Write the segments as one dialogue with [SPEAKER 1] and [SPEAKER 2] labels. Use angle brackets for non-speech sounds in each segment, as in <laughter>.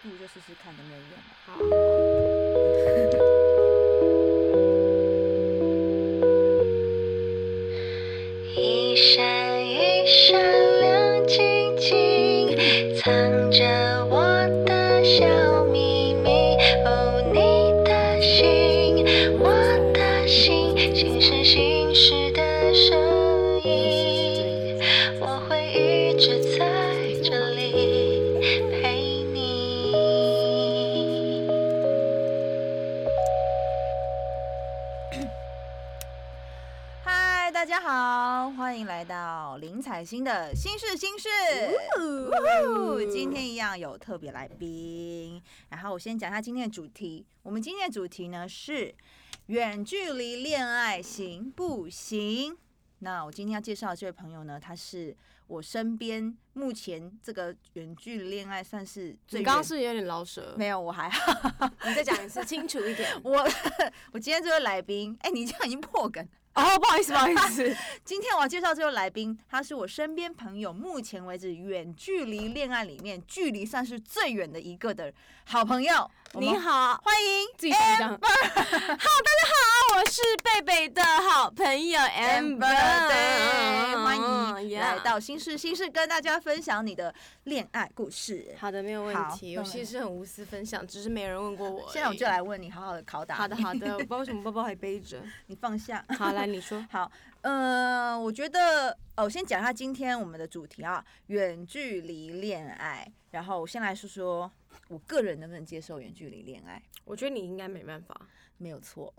[SPEAKER 1] 不如就试试看能不能用吧。
[SPEAKER 2] 好，
[SPEAKER 3] 一闪一闪亮晶晶，藏着我的小秘密。哦，你的心，我的心，心生心事的声音，我会一直在这里陪你。
[SPEAKER 1] 嗨，大家好，欢迎来到林采欣的心事心事。呜呼今天一样有特别来宾，然后我先讲一下今天的主题。我们今天的主题呢是远距离恋爱行不行？那我今天要介绍的这位朋友呢，他是我身边目前这个远距离恋爱算是最
[SPEAKER 2] 你刚刚
[SPEAKER 1] 远
[SPEAKER 2] 是不是有点老舌，
[SPEAKER 1] 没有，我还好。
[SPEAKER 2] 你再讲一次，清楚一点。
[SPEAKER 1] 我我今天这位来宾，哎、你这样已经破梗了。
[SPEAKER 2] <laughs> 哦，不好意思，不好意思，
[SPEAKER 1] 今天我要介绍这位来宾，他是我身边朋友目前为止远距离恋爱里面距离算是最远的一个的好朋友。我们
[SPEAKER 2] <laughs> 你好，
[SPEAKER 1] 欢迎
[SPEAKER 2] 自己讲一 <laughs> 讲。好，大家好，我是贝贝的好朋友 Amber，
[SPEAKER 1] 对，欢迎
[SPEAKER 2] 哦 Yeah
[SPEAKER 1] 来到新事新事，跟大家分享你的恋爱故事。
[SPEAKER 2] 好的，没有问
[SPEAKER 1] 好
[SPEAKER 2] 题。
[SPEAKER 1] 当
[SPEAKER 2] 我
[SPEAKER 1] 然
[SPEAKER 2] 其实是很无私分享，只是没人问过我而已。
[SPEAKER 1] 现在我就来问你，好好的拷打。
[SPEAKER 2] 好的，好的，我不知道为什 <laughs> 么包包还背着。
[SPEAKER 1] 你放下。
[SPEAKER 2] 好，来你说。
[SPEAKER 1] 好，呃，我觉得，哦，我先讲一下今天我们的主题啊，远距离恋爱。然后我先来说说我个人能不能接受远距离恋爱，
[SPEAKER 2] 我觉得你应该没办法。
[SPEAKER 1] 没有错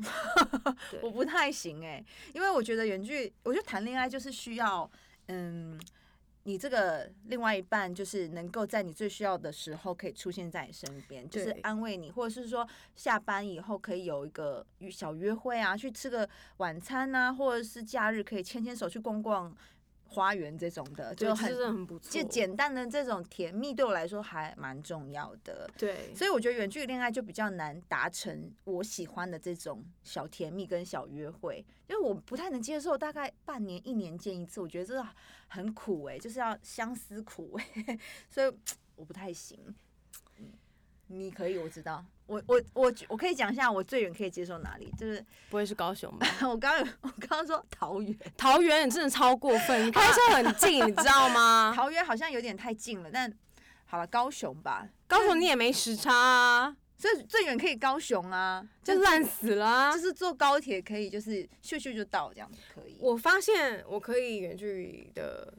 [SPEAKER 2] 对，
[SPEAKER 1] 我不太行哎、因为我觉得远距，我觉得谈恋爱就是需要，嗯。你这个另外一半就是能够在你最需要的时候可以出现在你身边，就是
[SPEAKER 2] 对
[SPEAKER 1] 安慰你，或者是说下班以后可以有一个与小约会啊，去吃个晚餐啊，或者是假日可以牵牵手去逛逛花园这种的，
[SPEAKER 2] 对
[SPEAKER 1] 就
[SPEAKER 2] 这
[SPEAKER 1] 很
[SPEAKER 2] 真的很不错。
[SPEAKER 1] 就简单的这种甜蜜对我来说还蛮重要的。
[SPEAKER 2] 对，
[SPEAKER 1] 所以我觉得远距离恋爱就比较难达成我喜欢的这种小甜蜜跟小约会，因为我不太能接受，大概半年一年见一次，我觉得这很苦哎、就是要相思苦哎、 <laughs> 所以我不太行。嗯你可以，我知道，我我我我可以讲一下我最远可以接受哪里，就是 <laughs>
[SPEAKER 2] 不会是高雄吧？
[SPEAKER 1] 我刚刚有我刚刚说桃园，
[SPEAKER 2] 桃园真的超过分， <laughs> 你开车很近，你知道吗？
[SPEAKER 1] 桃园好像有点太近了，但好了，高雄吧，
[SPEAKER 2] 高雄你也没时差啊，
[SPEAKER 1] 所以最远可以高雄啊，
[SPEAKER 2] 就烂死了啊、
[SPEAKER 1] 就是坐高铁可以，就是咻咻就到这样子可以。
[SPEAKER 2] 我发现我可以远距离的，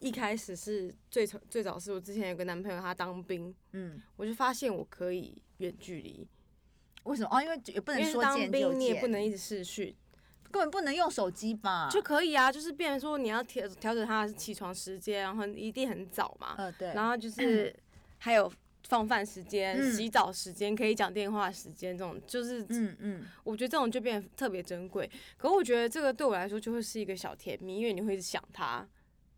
[SPEAKER 2] 一开始是最从最早是我之前有个男朋友，他当兵，
[SPEAKER 1] 嗯，
[SPEAKER 2] 我就发现我可以远距离，
[SPEAKER 1] 为什么？哦，因为也不
[SPEAKER 2] 因
[SPEAKER 1] 能
[SPEAKER 2] 为
[SPEAKER 1] 说
[SPEAKER 2] 当
[SPEAKER 1] 见就
[SPEAKER 2] 兵
[SPEAKER 1] 见，
[SPEAKER 2] 你也不能一直视讯，
[SPEAKER 1] 根本不能用手机吧？
[SPEAKER 2] 就可以啊，就是变成说你要调调整他的起床时间，然后一定很早嘛，
[SPEAKER 1] 呃对，
[SPEAKER 2] 然后 <clears throat> 就是还有放饭时间、
[SPEAKER 1] 嗯
[SPEAKER 2] 洗澡时间、可以讲电话时间这种，就是
[SPEAKER 1] 嗯嗯，
[SPEAKER 2] 我觉得这种就变得特别珍贵。可我觉得这个对我来说就会是一个小甜蜜，因为你会一直想他。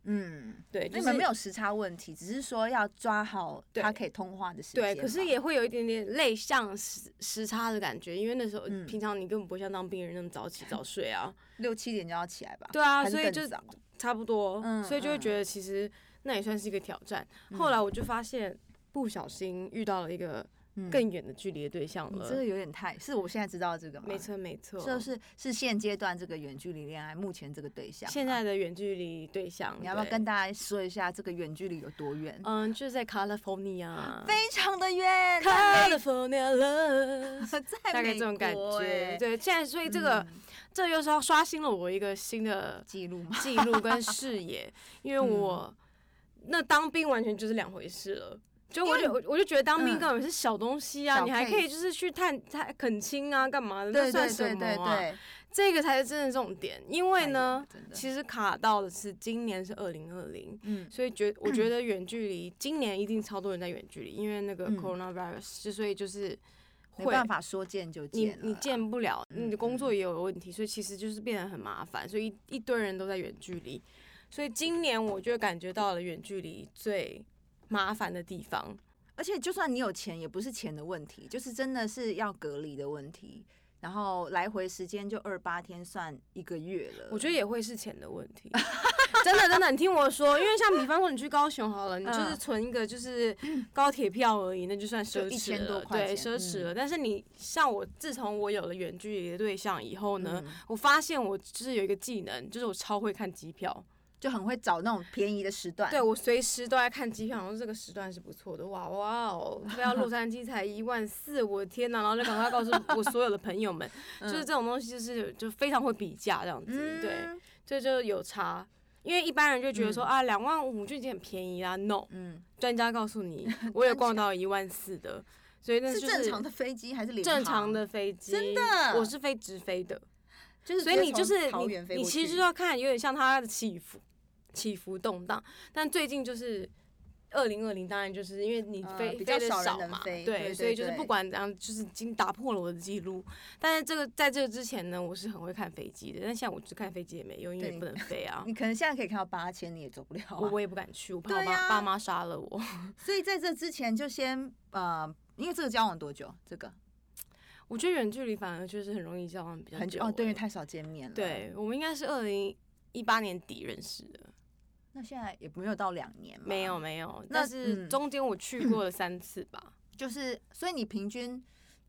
[SPEAKER 1] 嗯，
[SPEAKER 2] 对，就
[SPEAKER 1] 你
[SPEAKER 2] 是
[SPEAKER 1] 们没有时差问题，只是说要抓好
[SPEAKER 2] 对
[SPEAKER 1] 他可以通话的时间嘛。
[SPEAKER 2] 对，可是也会有一点点类像时时差的感觉，因为那时候
[SPEAKER 1] 嗯
[SPEAKER 2] 平常你根本不像当兵人那么早起早睡
[SPEAKER 1] <laughs>
[SPEAKER 2] 啊。
[SPEAKER 1] 六七点就要起来吧？
[SPEAKER 2] 对啊，
[SPEAKER 1] 还是
[SPEAKER 2] 所以
[SPEAKER 1] 更
[SPEAKER 2] 就
[SPEAKER 1] 早
[SPEAKER 2] 差不多，
[SPEAKER 1] 嗯
[SPEAKER 2] 所以就会
[SPEAKER 1] 嗯
[SPEAKER 2] 觉得其实那也算是一个挑战。后来我就发现不小心遇到了一个
[SPEAKER 1] 嗯
[SPEAKER 2] 更远的距离的对象
[SPEAKER 1] 你
[SPEAKER 2] 了。
[SPEAKER 1] 这个有点太，是我现在知道这个吗？
[SPEAKER 2] 没，错，没错，
[SPEAKER 1] 就是是现阶段这个远距离恋爱目前这个对象吗。啊
[SPEAKER 2] 现在的远距离对象。
[SPEAKER 1] 你要不要
[SPEAKER 2] 对
[SPEAKER 1] 跟大家说一下这个远距离有多远？
[SPEAKER 2] 嗯，就是在
[SPEAKER 1] <gasps>
[SPEAKER 2] California。
[SPEAKER 1] 非常的远，在美
[SPEAKER 2] California
[SPEAKER 1] <laughs>
[SPEAKER 2] love，
[SPEAKER 1] 在
[SPEAKER 2] 哎大概
[SPEAKER 1] 美
[SPEAKER 2] 这种感
[SPEAKER 1] 国
[SPEAKER 2] 觉。
[SPEAKER 1] 欸
[SPEAKER 2] 对，现在所以这个、
[SPEAKER 1] 嗯
[SPEAKER 2] 这又是要刷新了我一个新的
[SPEAKER 1] 记录吗？
[SPEAKER 2] 记录跟视野，因
[SPEAKER 1] 嗯
[SPEAKER 2] 为我、那当兵完全就是两回事了。就我就我我就觉得当兵
[SPEAKER 1] 嗯
[SPEAKER 2] 根本是小东西啊，
[SPEAKER 1] 小
[SPEAKER 2] 你还可以
[SPEAKER 1] case
[SPEAKER 2] 就是去探探恳亲啊，干嘛的？那
[SPEAKER 1] <laughs> 对
[SPEAKER 2] 算
[SPEAKER 1] 对
[SPEAKER 2] 什
[SPEAKER 1] 对
[SPEAKER 2] 么
[SPEAKER 1] 对
[SPEAKER 2] 啊？
[SPEAKER 1] 对，哎
[SPEAKER 2] 这个才是真的重点，因为呢，
[SPEAKER 1] 太远了，真的
[SPEAKER 2] 其实卡到的是今年是二零二零，
[SPEAKER 1] 嗯
[SPEAKER 2] 所以觉我觉得远距离、今年一定超多人在远距离，因为那个
[SPEAKER 1] 嗯
[SPEAKER 2] coronavirus，、就所以就是
[SPEAKER 1] 没
[SPEAKER 2] 会
[SPEAKER 1] 办法说见就
[SPEAKER 2] 你
[SPEAKER 1] 见了
[SPEAKER 2] 你
[SPEAKER 1] 啦
[SPEAKER 2] 见不了，
[SPEAKER 1] 嗯
[SPEAKER 2] 你的工作也有问题，所以其实就是变得很麻烦，所以一一堆人都在远距离，所以今年我就感觉到了远距离最麻烦的地方。
[SPEAKER 1] 而且就算你有钱，也不是钱的问题，就是真的是要隔离的问题。然后来回时间就二八天算一个月了，
[SPEAKER 2] <laughs> 我觉得也会是钱的问题，真的真的，你听我说，因为像比方说你去高雄好了，你就是
[SPEAKER 1] 嗯
[SPEAKER 2] 存一个就是高铁票而已，那就算奢
[SPEAKER 1] 就
[SPEAKER 2] 侈
[SPEAKER 1] 1000
[SPEAKER 2] 了，
[SPEAKER 1] 多块
[SPEAKER 2] 对，
[SPEAKER 1] 钱
[SPEAKER 2] 奢侈了。但是你像我，自从我有了远距离的对象以后呢，
[SPEAKER 1] 嗯
[SPEAKER 2] 我发现我就是有一个技能，就是我超会看机票。
[SPEAKER 1] 就很会找那种便宜的时段。
[SPEAKER 2] 对，我随时都在看机票，然后这个时段是不错的，哇哇哦，飞到洛杉 <laughs> 矶才一万四，我的天呐！然后就赶快告诉我所有的朋友 <laughs> 们，就是这种东西就是就非常会比价这样子，对，
[SPEAKER 1] 嗯
[SPEAKER 2] 这就有差。因为一般人就觉得说、啊，两万五就已经很便宜啦。No，
[SPEAKER 1] 嗯，
[SPEAKER 2] 专家告
[SPEAKER 1] <laughs>
[SPEAKER 2] 诉你，我有逛到一万四的，所以那
[SPEAKER 1] 是
[SPEAKER 2] 就是
[SPEAKER 1] 正常的飞机还是联航
[SPEAKER 2] 正常？的飞机，
[SPEAKER 1] 真的
[SPEAKER 2] 我是飞直飞的，
[SPEAKER 1] 就是
[SPEAKER 2] 所以你
[SPEAKER 1] 直接
[SPEAKER 2] 就是
[SPEAKER 1] 从桃园
[SPEAKER 2] 你，
[SPEAKER 1] 飞
[SPEAKER 2] 你
[SPEAKER 1] 过
[SPEAKER 2] 其
[SPEAKER 1] 去
[SPEAKER 2] 实就要看有点像它的起伏起伏动荡，但最近就是。二零二零当然就是因为你
[SPEAKER 1] 呃
[SPEAKER 2] 飞、
[SPEAKER 1] 比较
[SPEAKER 2] 飞得
[SPEAKER 1] 少人
[SPEAKER 2] 少
[SPEAKER 1] 能
[SPEAKER 2] 嘛，
[SPEAKER 1] 飞对对
[SPEAKER 2] 所以就是
[SPEAKER 1] 对
[SPEAKER 2] 不管怎样，就是已经打破了我的记录。但是这个在这个之前呢，我是很会看飞机的，但现在我只看飞机也没用，因为
[SPEAKER 1] 对
[SPEAKER 2] 不能飞啊，
[SPEAKER 1] 你可能现在可以看到八千，你也走不了、啊。
[SPEAKER 2] 我我也不敢去，我怕我
[SPEAKER 1] 对
[SPEAKER 2] 爸、
[SPEAKER 1] 啊
[SPEAKER 2] 爸妈杀了我。
[SPEAKER 1] 所以在这之前就先呃，因为这个交往多久？这个
[SPEAKER 2] <laughs> 我觉得远距离反而就是很容易交往比较
[SPEAKER 1] 很
[SPEAKER 2] 久
[SPEAKER 1] 久哦，对，因
[SPEAKER 2] 欸
[SPEAKER 1] 为太少见面了。，
[SPEAKER 2] 对，啊我们应该是二零一八年底认识的，
[SPEAKER 1] 那现在也没有到两年嘛。
[SPEAKER 2] 没有，没有，
[SPEAKER 1] 那
[SPEAKER 2] 但是
[SPEAKER 1] 嗯
[SPEAKER 2] 中间我 <clears throat> 去过了三次吧，
[SPEAKER 1] 就是所以你平均，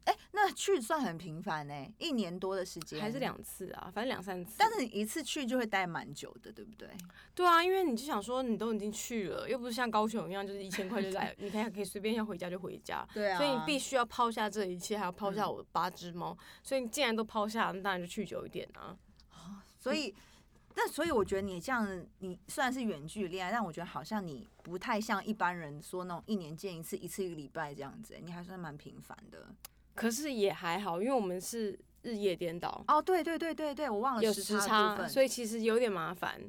[SPEAKER 1] 哎、那去算很频繁呢、一年多的时间
[SPEAKER 2] 还是。两次啊，反正两三次。
[SPEAKER 1] 但是你一次去就会待蛮久的，对不对？
[SPEAKER 2] 对啊，因为你就想说你都已经去了，又不是像高雄一样，就是一千块就来， <laughs> 你看可以随便要回家就回家。
[SPEAKER 1] 对啊
[SPEAKER 2] 所以你必须要抛下这一切，还要抛下我的八只猫。所以你既然都抛下，那当然就去久一点啊。
[SPEAKER 1] 所以，那所以我觉得你这样，你虽然是远距恋爱，但我觉得好像你不太像一般人说那种一年见一次、一次一个礼拜这样子、欸你还算蛮频繁的。
[SPEAKER 2] 可是也还好，因为我们是日夜颠倒，
[SPEAKER 1] 哦，对对对对对，我忘了
[SPEAKER 2] 有
[SPEAKER 1] 时差
[SPEAKER 2] 时
[SPEAKER 1] 的部
[SPEAKER 2] 差，
[SPEAKER 1] 分，
[SPEAKER 2] 所
[SPEAKER 1] 以
[SPEAKER 2] 以其实有点麻烦。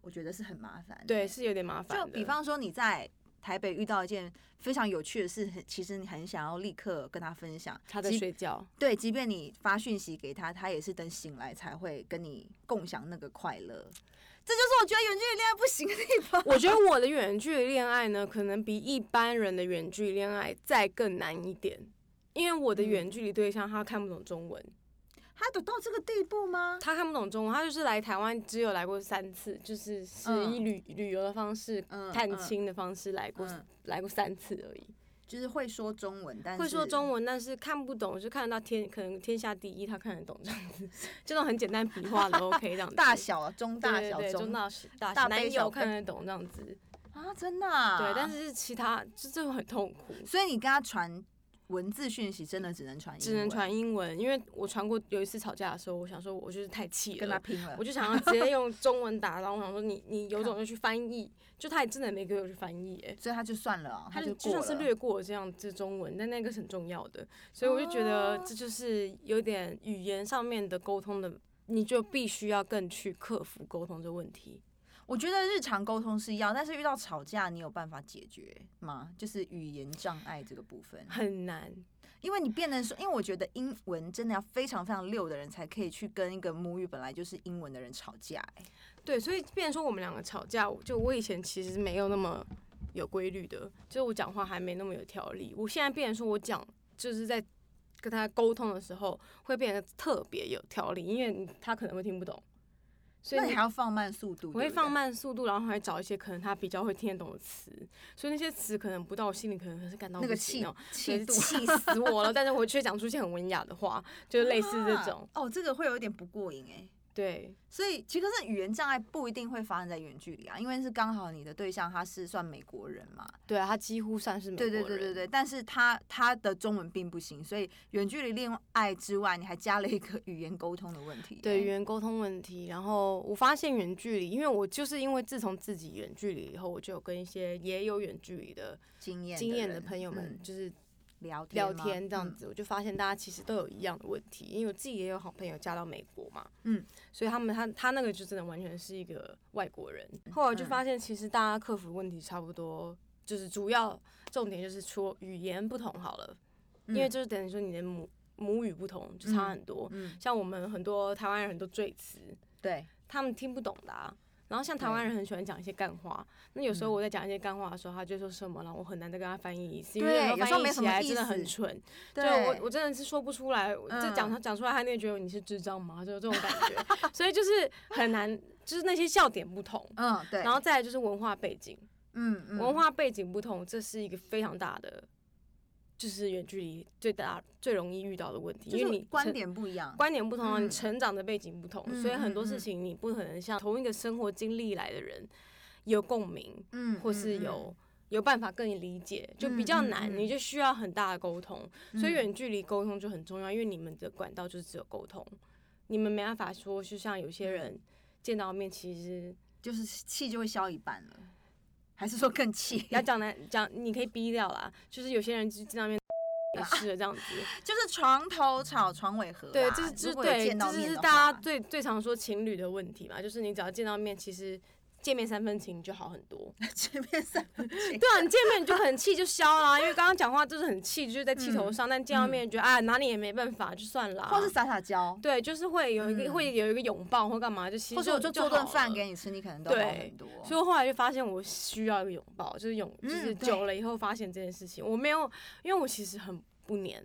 [SPEAKER 1] 我觉得是很麻烦。
[SPEAKER 2] 对，，是有点麻烦
[SPEAKER 1] 就
[SPEAKER 2] 的。
[SPEAKER 1] 比方说你在台北遇到一件非常有趣的事，很其实你很想要立刻跟他分享。
[SPEAKER 2] 他在
[SPEAKER 1] 即
[SPEAKER 2] 睡觉，
[SPEAKER 1] 对，即便你发讯息给他，他也是等醒来才会跟你共享那个快乐。这就是我觉得远距离恋爱不行的地方。
[SPEAKER 2] 我觉得我的远距离恋爱呢，可能比一般人的远距离恋爱再更难一点，因为我的
[SPEAKER 1] 嗯
[SPEAKER 2] 远距离对象他看不懂中文，
[SPEAKER 1] <laughs> 他都到这个地步吗？
[SPEAKER 2] 他看不懂中文，他就是来台湾只有来过三次，就是是
[SPEAKER 1] 嗯
[SPEAKER 2] 以旅、旅游的方式、
[SPEAKER 1] 嗯
[SPEAKER 2] 探亲的方式来过、
[SPEAKER 1] 嗯
[SPEAKER 2] 来过三次而已，
[SPEAKER 1] 就是会说中文，但是
[SPEAKER 2] 会说中文，但是看不懂，就看得到天可能天下第一，他看得懂这样子， <laughs> 这种很简单笔画的 OK 这样子，
[SPEAKER 1] 大小啊，中大
[SPEAKER 2] 对
[SPEAKER 1] 小
[SPEAKER 2] 对对
[SPEAKER 1] 中
[SPEAKER 2] 中大小大
[SPEAKER 1] 大
[SPEAKER 2] 小
[SPEAKER 1] 杯
[SPEAKER 2] 男
[SPEAKER 1] 小
[SPEAKER 2] 友
[SPEAKER 1] 杯
[SPEAKER 2] 看得懂这样子，
[SPEAKER 1] 啊，真的、啊。
[SPEAKER 2] 对，但是其他就这种很痛苦。
[SPEAKER 1] 所以你跟他传文字讯息，真的只能传，
[SPEAKER 2] 只能，传英文，因为我传过有一次吵架的时候，我想说我就是太气
[SPEAKER 1] 跟他
[SPEAKER 2] 了，
[SPEAKER 1] 拼了
[SPEAKER 2] 我。就想要直接用中文打，然后我想说你你有种就去翻译，就他也真的没给我去翻译、欸，
[SPEAKER 1] 所以他就算了啊、
[SPEAKER 2] 他
[SPEAKER 1] 就过
[SPEAKER 2] 就算是
[SPEAKER 1] 了。
[SPEAKER 2] 略过这样这中文，但那个是很重要的，所以我就觉得
[SPEAKER 1] 哦
[SPEAKER 2] 这就是有点语言上面的沟通的，你就必须要更去克服沟通这问题。
[SPEAKER 1] 我觉得日常沟通是要，但是遇到吵架，你有办法解决吗？就是语言障碍这个部分，
[SPEAKER 2] 很难，
[SPEAKER 1] 因为你变得说，因为我觉得英文真的要非常非常溜的人才可以去跟一个母语本来就是英文的人吵架、哎
[SPEAKER 2] 对，所以变成说我们两个吵架，我就我以前其实没有那么有规律的，就是我讲话还没那么有条理。我现在变成说我讲，就是在跟他沟通的时候会变得特别有条理，因为你他可能会听不懂，所以
[SPEAKER 1] 那你
[SPEAKER 2] 你
[SPEAKER 1] 还要放慢速度，
[SPEAKER 2] 我会
[SPEAKER 1] 对不对
[SPEAKER 2] 放。慢速度，然后还找一些可能他比较会听得懂的词，所以那些词可能不到我心里，可能是感到
[SPEAKER 1] 那
[SPEAKER 2] 不
[SPEAKER 1] 个
[SPEAKER 2] 行
[SPEAKER 1] 气
[SPEAKER 2] 哦，
[SPEAKER 1] 气
[SPEAKER 2] 对
[SPEAKER 1] 度，
[SPEAKER 2] 气死我了。但是我却讲出一些很文雅的话，就是 <laughs> 类似这种，
[SPEAKER 1] <laughs> 啊哦，这个会有点不过瘾哎、
[SPEAKER 2] 对。
[SPEAKER 1] 所以其实是语言障碍不一定会发生在远距离啊，因为是刚好你的对象他是算美国人嘛，
[SPEAKER 2] 对啊，他几乎算是美国
[SPEAKER 1] 对
[SPEAKER 2] 人。
[SPEAKER 1] 对对对对，但是他他的中文并不行，所以远距离恋爱之外，你还加了一个语言沟通的问题、
[SPEAKER 2] 对语言沟通问题，然后我发现远距离，因为我就是因为自从自己远距离以后，我就有跟一些也有远距离的
[SPEAKER 1] 哎经验
[SPEAKER 2] 经验的
[SPEAKER 1] 人
[SPEAKER 2] 朋友们
[SPEAKER 1] 嗯
[SPEAKER 2] 就是
[SPEAKER 1] 聊天
[SPEAKER 2] 聊
[SPEAKER 1] 吗
[SPEAKER 2] 天这样，
[SPEAKER 1] 嗯
[SPEAKER 2] 子，我就发现大家其实都有一样的问题，因为我自己也有好朋友嫁到美国嘛，
[SPEAKER 1] 嗯，
[SPEAKER 2] 所以他们他他那个就真的完全是一个外国人。后来就
[SPEAKER 1] 嗯
[SPEAKER 2] 发现，其实大家克服问题差不多，就是主要重点就是除了语言不同好了，因为
[SPEAKER 1] 嗯
[SPEAKER 2] 就是等于说你的母母语不同就差很多，
[SPEAKER 1] 嗯
[SPEAKER 2] 像我们很多台湾人很多赘词，
[SPEAKER 1] 对，
[SPEAKER 2] 他们听不懂的、啊。然后像台湾人很喜欢讲一些干话，那有时
[SPEAKER 1] 嗯
[SPEAKER 2] 候我在讲一些干话的时候，他就说什么，然后我很难再跟他翻译一次，因为
[SPEAKER 1] 对有
[SPEAKER 2] 有
[SPEAKER 1] 时
[SPEAKER 2] 时
[SPEAKER 1] 候
[SPEAKER 2] 候
[SPEAKER 1] 没什
[SPEAKER 2] 翻译起
[SPEAKER 1] 么
[SPEAKER 2] 来
[SPEAKER 1] 意
[SPEAKER 2] 真的很
[SPEAKER 1] 思
[SPEAKER 2] 蠢。
[SPEAKER 1] 对，
[SPEAKER 2] 就我我真的是说不出来，这讲
[SPEAKER 1] 嗯
[SPEAKER 2] 讲出来，他那个觉得你是智障吗？就有这种感觉， <laughs> 所以就是很难，就是那些笑点不同，
[SPEAKER 1] 嗯 <laughs> 对，
[SPEAKER 2] 然后再来就是文化背景，
[SPEAKER 1] 嗯嗯
[SPEAKER 2] 文化背景不同，这是一个非常大的，就是远距离最大最容易遇到的问题，
[SPEAKER 1] 就
[SPEAKER 2] 因为
[SPEAKER 1] 是
[SPEAKER 2] 你
[SPEAKER 1] 观
[SPEAKER 2] 成
[SPEAKER 1] 点不一样，
[SPEAKER 2] 观点不同啊，
[SPEAKER 1] 嗯
[SPEAKER 2] 你成长的背景不同，
[SPEAKER 1] 嗯
[SPEAKER 2] 所以很
[SPEAKER 1] 嗯
[SPEAKER 2] 多
[SPEAKER 1] 嗯
[SPEAKER 2] 事情你不可能像同一个生活经历来的人有共鸣，
[SPEAKER 1] 嗯
[SPEAKER 2] 或是
[SPEAKER 1] 嗯嗯
[SPEAKER 2] 有有办法更理解，就比较
[SPEAKER 1] 嗯嗯
[SPEAKER 2] 难，
[SPEAKER 1] 嗯
[SPEAKER 2] 你就需要很大的沟通，所以
[SPEAKER 1] 嗯
[SPEAKER 2] 远距离沟通就很重要，因为你们的管道就是只有沟通，你们没办法说，就像有些
[SPEAKER 1] 嗯
[SPEAKER 2] 人见到面，其实
[SPEAKER 1] 就是气就会消一半了，还是说更气？ <laughs>
[SPEAKER 2] 要讲难讲，你可以逼掉啦，就是有些人就见到
[SPEAKER 1] <laughs>
[SPEAKER 2] 面。也是的这样子，
[SPEAKER 1] 就是床头吵，床尾和啦。啊
[SPEAKER 2] 对，这是
[SPEAKER 1] 如
[SPEAKER 2] 这
[SPEAKER 1] 果有
[SPEAKER 2] 对，
[SPEAKER 1] 见到
[SPEAKER 2] 这
[SPEAKER 1] 面
[SPEAKER 2] 是
[SPEAKER 1] 的
[SPEAKER 2] 大
[SPEAKER 1] 话
[SPEAKER 2] 家最最常说情侣的问题嘛，就是你只要见到面，其实见面三分情就好很
[SPEAKER 1] <laughs>
[SPEAKER 2] 多。
[SPEAKER 1] 前面三分情
[SPEAKER 2] 对啊，你见面你就很气就消啦，因为刚刚讲话就是很气，就是在气头上，但见到面觉得啊哪里也没办法，就算啦。
[SPEAKER 1] 嗯或是撒撒娇，
[SPEAKER 2] 对，就是会有一个、
[SPEAKER 1] 嗯
[SPEAKER 2] 会有一个拥抱或干嘛，就其实
[SPEAKER 1] 或者我就做顿饭给
[SPEAKER 2] 你。
[SPEAKER 1] 你吃，你可能都好
[SPEAKER 2] 对
[SPEAKER 1] 很多。
[SPEAKER 2] 所以我后来就发现我需要一个拥抱，就是拥，就
[SPEAKER 1] 嗯
[SPEAKER 2] 是
[SPEAKER 1] 对
[SPEAKER 2] 久了以后发现这件事情，我没有，因为我其实很不粘，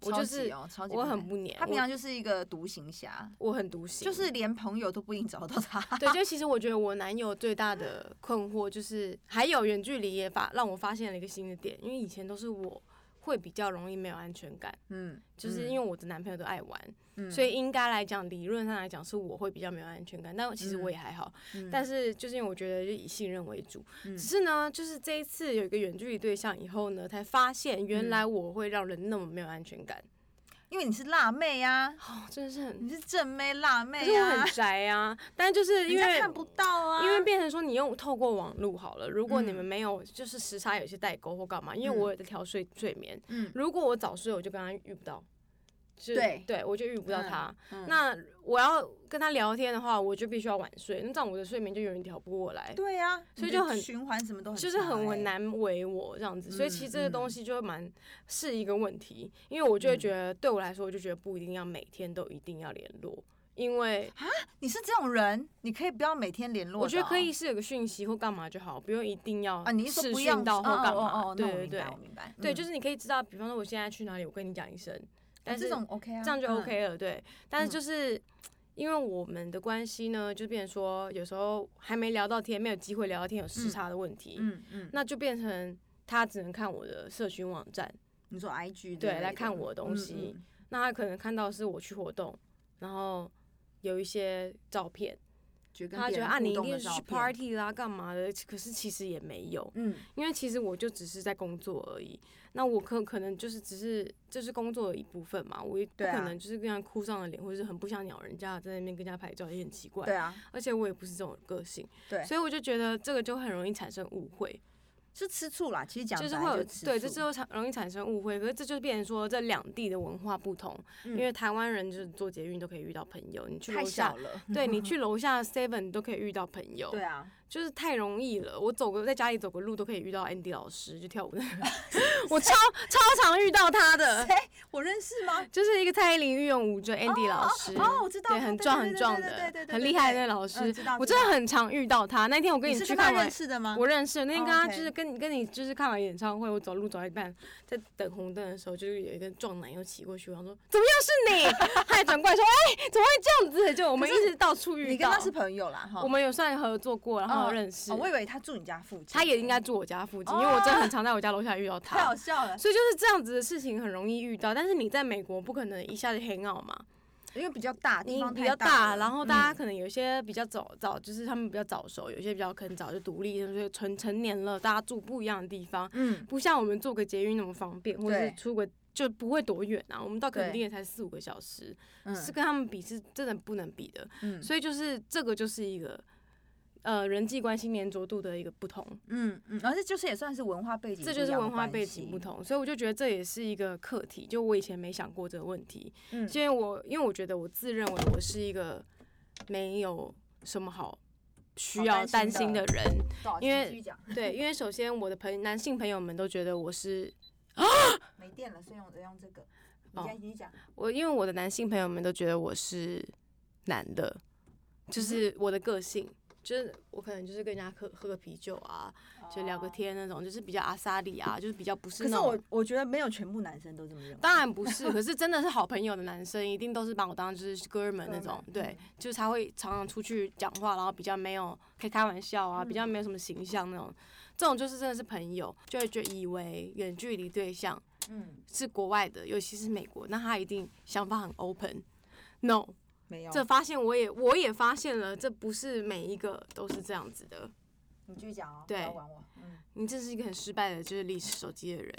[SPEAKER 2] 我
[SPEAKER 1] 超
[SPEAKER 2] 就
[SPEAKER 1] 级
[SPEAKER 2] 是、
[SPEAKER 1] 哦，超级
[SPEAKER 2] 我很
[SPEAKER 1] 难
[SPEAKER 2] 不粘，
[SPEAKER 1] 他平
[SPEAKER 2] 我
[SPEAKER 1] 常就是一个独行侠，
[SPEAKER 2] 我很独行，
[SPEAKER 1] 就是连朋友都不一定找到
[SPEAKER 2] <laughs>
[SPEAKER 1] 他。
[SPEAKER 2] 对，就其实我觉得我男友最大的困惑就是，还有远距离也发让我发现了一个新的点，因为以前都是我会比较容易没有安全感，
[SPEAKER 1] 嗯，
[SPEAKER 2] 就是因为我的男朋友都爱玩，
[SPEAKER 1] 为
[SPEAKER 2] 所以应该来讲理论上来讲是我会比较没有安全感，但其实
[SPEAKER 1] 嗯
[SPEAKER 2] 我也还好，
[SPEAKER 1] 嗯
[SPEAKER 2] 但是就是因为我觉得就以信任为主，
[SPEAKER 1] 嗯
[SPEAKER 2] 只是呢，就是这一次有一个远距离对象以后呢，才发现原
[SPEAKER 1] 嗯
[SPEAKER 2] 来我会让人那么没有安全感，
[SPEAKER 1] 因为你是辣妹啊，
[SPEAKER 2] 哦，真的是很，
[SPEAKER 1] 你是正妹辣
[SPEAKER 2] 可
[SPEAKER 1] 妹
[SPEAKER 2] 是我
[SPEAKER 1] 啊
[SPEAKER 2] 很，宅啊，但就是因
[SPEAKER 1] 人家
[SPEAKER 2] 为
[SPEAKER 1] 看不到啊，
[SPEAKER 2] 因为变成说你用透过网络好了，如果你
[SPEAKER 1] 嗯
[SPEAKER 2] 们没有就是时差有些代沟或干嘛，因
[SPEAKER 1] 嗯
[SPEAKER 2] 为我也在调睡睡眠，
[SPEAKER 1] 嗯
[SPEAKER 2] 如果我早睡，我就跟他遇不到，就
[SPEAKER 1] 对
[SPEAKER 2] 对，我就遇不到
[SPEAKER 1] 嗯
[SPEAKER 2] 他。
[SPEAKER 1] 嗯
[SPEAKER 2] 那我要跟他聊天的话，我就必须要晚睡，那这样我的睡眠就永远调不过来，
[SPEAKER 1] 对啊，
[SPEAKER 2] 所以
[SPEAKER 1] 你
[SPEAKER 2] 就
[SPEAKER 1] 的
[SPEAKER 2] 很
[SPEAKER 1] 循环，什么都很
[SPEAKER 2] 就是
[SPEAKER 1] 差
[SPEAKER 2] 很
[SPEAKER 1] 欸
[SPEAKER 2] 很。难为我这样子。所以其实这
[SPEAKER 1] 嗯
[SPEAKER 2] 个
[SPEAKER 1] 嗯
[SPEAKER 2] 东西就蛮是一个问题，因为我就会
[SPEAKER 1] 嗯
[SPEAKER 2] 觉得对我来说，我就觉得不一定要每天都一定要联络，因为
[SPEAKER 1] 你是这种人，你可以不要每天联络的哦。
[SPEAKER 2] 我觉得可以是有个讯息或干嘛就好，不用一定要
[SPEAKER 1] 啊，你是
[SPEAKER 2] 视
[SPEAKER 1] 说不
[SPEAKER 2] 讯
[SPEAKER 1] 要
[SPEAKER 2] 到或干
[SPEAKER 1] 哦哦哦
[SPEAKER 2] 嘛？
[SPEAKER 1] 哦那
[SPEAKER 2] 对
[SPEAKER 1] 我
[SPEAKER 2] 对
[SPEAKER 1] 明
[SPEAKER 2] 对
[SPEAKER 1] 白，我明白。
[SPEAKER 2] 对，
[SPEAKER 1] 嗯
[SPEAKER 2] 就是你可以知道，比方说我现在去哪里，我跟你讲一声，但是
[SPEAKER 1] 这种 OK 啊，
[SPEAKER 2] 这样就
[SPEAKER 1] 嗯
[SPEAKER 2] OK 了，对。但是
[SPEAKER 1] 嗯
[SPEAKER 2] 就是因为我们的关系呢，就变成说有时候还没聊到天，没有机会聊到天，有时
[SPEAKER 1] 嗯
[SPEAKER 2] 差的问题，
[SPEAKER 1] 嗯嗯，
[SPEAKER 2] 那就变成他只能看我的社群网站，
[SPEAKER 1] 你说 IG
[SPEAKER 2] 对
[SPEAKER 1] 之类
[SPEAKER 2] 来
[SPEAKER 1] 的
[SPEAKER 2] 看我的东
[SPEAKER 1] 嗯
[SPEAKER 2] 西，那他可能看到是我去活动，然后有一些照片。
[SPEAKER 1] 就跟
[SPEAKER 2] 他
[SPEAKER 1] 别
[SPEAKER 2] 觉
[SPEAKER 1] 人
[SPEAKER 2] 得啊，
[SPEAKER 1] 互
[SPEAKER 2] 你一
[SPEAKER 1] 动
[SPEAKER 2] 定
[SPEAKER 1] 的
[SPEAKER 2] 是
[SPEAKER 1] 照
[SPEAKER 2] 去
[SPEAKER 1] 片
[SPEAKER 2] party 啦，干嘛的？可是其实也没有，
[SPEAKER 1] 嗯
[SPEAKER 2] 因为其实我就只是在工作而已。那我可可能就是只是这是工作的一部分嘛，我也不
[SPEAKER 1] 对啊
[SPEAKER 2] 可能就是跟人家哭丧了脸，或者是很不想鸟人家，在那边跟人家拍照也很奇怪。
[SPEAKER 1] 对啊，
[SPEAKER 2] 而且我也不是这种个性，
[SPEAKER 1] 对
[SPEAKER 2] 所以我就觉得这个就很容易产生误会，
[SPEAKER 1] 是吃醋啦。其实讲
[SPEAKER 2] 就是
[SPEAKER 1] 白
[SPEAKER 2] 会有
[SPEAKER 1] 吃
[SPEAKER 2] 对，这
[SPEAKER 1] 醋
[SPEAKER 2] 就产容易产生误会。可是这就变成说这两地的文化不同，
[SPEAKER 1] 嗯
[SPEAKER 2] 因为台湾人就是坐捷运都可以遇到朋友，你去
[SPEAKER 1] 太
[SPEAKER 2] 楼
[SPEAKER 1] 小
[SPEAKER 2] 下，
[SPEAKER 1] 了。
[SPEAKER 2] 对
[SPEAKER 1] <laughs>
[SPEAKER 2] 你去楼下 Seven 你都可以遇到朋友，
[SPEAKER 1] 对啊，
[SPEAKER 2] 就是太容易了。我走个在家里走个路都可以遇到 Andy 老师，
[SPEAKER 1] <laughs>
[SPEAKER 2] 就跳舞的，我超超常遇到他的，
[SPEAKER 1] 我认识吗？
[SPEAKER 2] 就是一个蔡依林御用舞者 Andy 老师，
[SPEAKER 1] 哦，我知道，
[SPEAKER 2] 对，很壮很壮
[SPEAKER 1] 对对
[SPEAKER 2] 的
[SPEAKER 1] 对对，对
[SPEAKER 2] 很厉害的那
[SPEAKER 1] 对
[SPEAKER 2] 个老
[SPEAKER 1] 嗯
[SPEAKER 2] 师
[SPEAKER 1] 知道，
[SPEAKER 2] 我
[SPEAKER 1] 知
[SPEAKER 2] 真的
[SPEAKER 1] 道
[SPEAKER 2] 很常遇到他。那天我跟
[SPEAKER 1] 你是
[SPEAKER 2] 去
[SPEAKER 1] 跟
[SPEAKER 2] 看
[SPEAKER 1] 他
[SPEAKER 2] 完
[SPEAKER 1] 认。识的吗？
[SPEAKER 2] 我认识那天跟
[SPEAKER 1] 哦
[SPEAKER 2] 他
[SPEAKER 1] ，OK
[SPEAKER 2] 就是跟跟你就是看完演唱会，我走路走到一半，在等红灯的时候，就是有一个壮男又骑过去，我想说怎么又是你？他还转过来说，哎、怎么会这样子？就我们一直到处遇到。
[SPEAKER 1] 你跟他是朋友啦，哈。
[SPEAKER 2] 我们有算合作过，然后
[SPEAKER 1] 哦
[SPEAKER 2] 有认识。
[SPEAKER 1] 哦我以为他住你家附近，
[SPEAKER 2] 他也应该住我家附近，因为我真的很常在我家楼下遇到
[SPEAKER 1] 太好
[SPEAKER 2] 他，
[SPEAKER 1] 笑了，
[SPEAKER 2] 所以就是这样子的事情很容易遇到。但是你在美国不可能一下就黑澳嘛，
[SPEAKER 1] 因为比较大，地
[SPEAKER 2] 你
[SPEAKER 1] 方
[SPEAKER 2] 比
[SPEAKER 1] 太
[SPEAKER 2] 较
[SPEAKER 1] 大
[SPEAKER 2] 大，
[SPEAKER 1] 了，
[SPEAKER 2] 然后大家
[SPEAKER 1] 嗯
[SPEAKER 2] 可能有些比较早早，就是他们比较早熟，有些比较可能早就独立，就是成成年了，大家住不一样的地方，
[SPEAKER 1] 嗯，
[SPEAKER 2] 不像我们坐个捷运那么方便，或者
[SPEAKER 1] 对
[SPEAKER 2] 是出个就不会多远啊。我们到
[SPEAKER 1] 对
[SPEAKER 2] 垦丁也才四五个小时，
[SPEAKER 1] 嗯
[SPEAKER 2] 是跟他们比是真的不能比的。
[SPEAKER 1] 嗯
[SPEAKER 2] 所以就是这个就是一个呃人际关系粘着度的一个不同，
[SPEAKER 1] 嗯嗯，而且就是也算是文化背景不
[SPEAKER 2] 这
[SPEAKER 1] 一样的关系，
[SPEAKER 2] 就是文化背景不同，所以我就觉得这也是一个课题。就我以前没想过这个问题，
[SPEAKER 1] 嗯，
[SPEAKER 2] 因为我因为我觉得我自认为我是一个没有什么好需要
[SPEAKER 1] 好担
[SPEAKER 2] 担
[SPEAKER 1] 心
[SPEAKER 2] 心
[SPEAKER 1] 的
[SPEAKER 2] 的人，
[SPEAKER 1] 好
[SPEAKER 2] 因为
[SPEAKER 1] 请继续讲
[SPEAKER 2] 对，因为首先我的朋男性朋友们都觉得我是
[SPEAKER 1] 没电了，所以我就用这个。你
[SPEAKER 2] 哦
[SPEAKER 1] 先你讲，
[SPEAKER 2] 我，因为我的
[SPEAKER 1] 嗯
[SPEAKER 2] 男性朋友们都觉得我是男的，就是我的个性，就是我可能就是跟人家喝喝个啤酒啊，就聊个天那种，就是比较阿萨里啊，就是比较不是
[SPEAKER 1] 哦可
[SPEAKER 2] 那
[SPEAKER 1] 是
[SPEAKER 2] 种
[SPEAKER 1] 我。我觉得没有全部男生都这么认为。
[SPEAKER 2] 当然不是， <laughs> 可是真的是好朋友的男生，一定都是把我当就是哥们那种
[SPEAKER 1] 哥，们
[SPEAKER 2] 对，就是他会常常出去讲话，然后比较没有
[SPEAKER 1] 嗯
[SPEAKER 2] 可以开玩笑啊，比较没有什么形象那种，这种就是真的是朋友，就会觉得以为远距离对象
[SPEAKER 1] 嗯，
[SPEAKER 2] 是国外的，尤其是美国，那他一定想法很 open。No，
[SPEAKER 1] 没有。
[SPEAKER 2] 这发现我也我也发现了，这不是每一个都是这样子的。
[SPEAKER 1] 你继续讲哦，
[SPEAKER 2] 对
[SPEAKER 1] 不要管我。嗯，
[SPEAKER 2] 你这是一个很失败的，就是历史手机的人。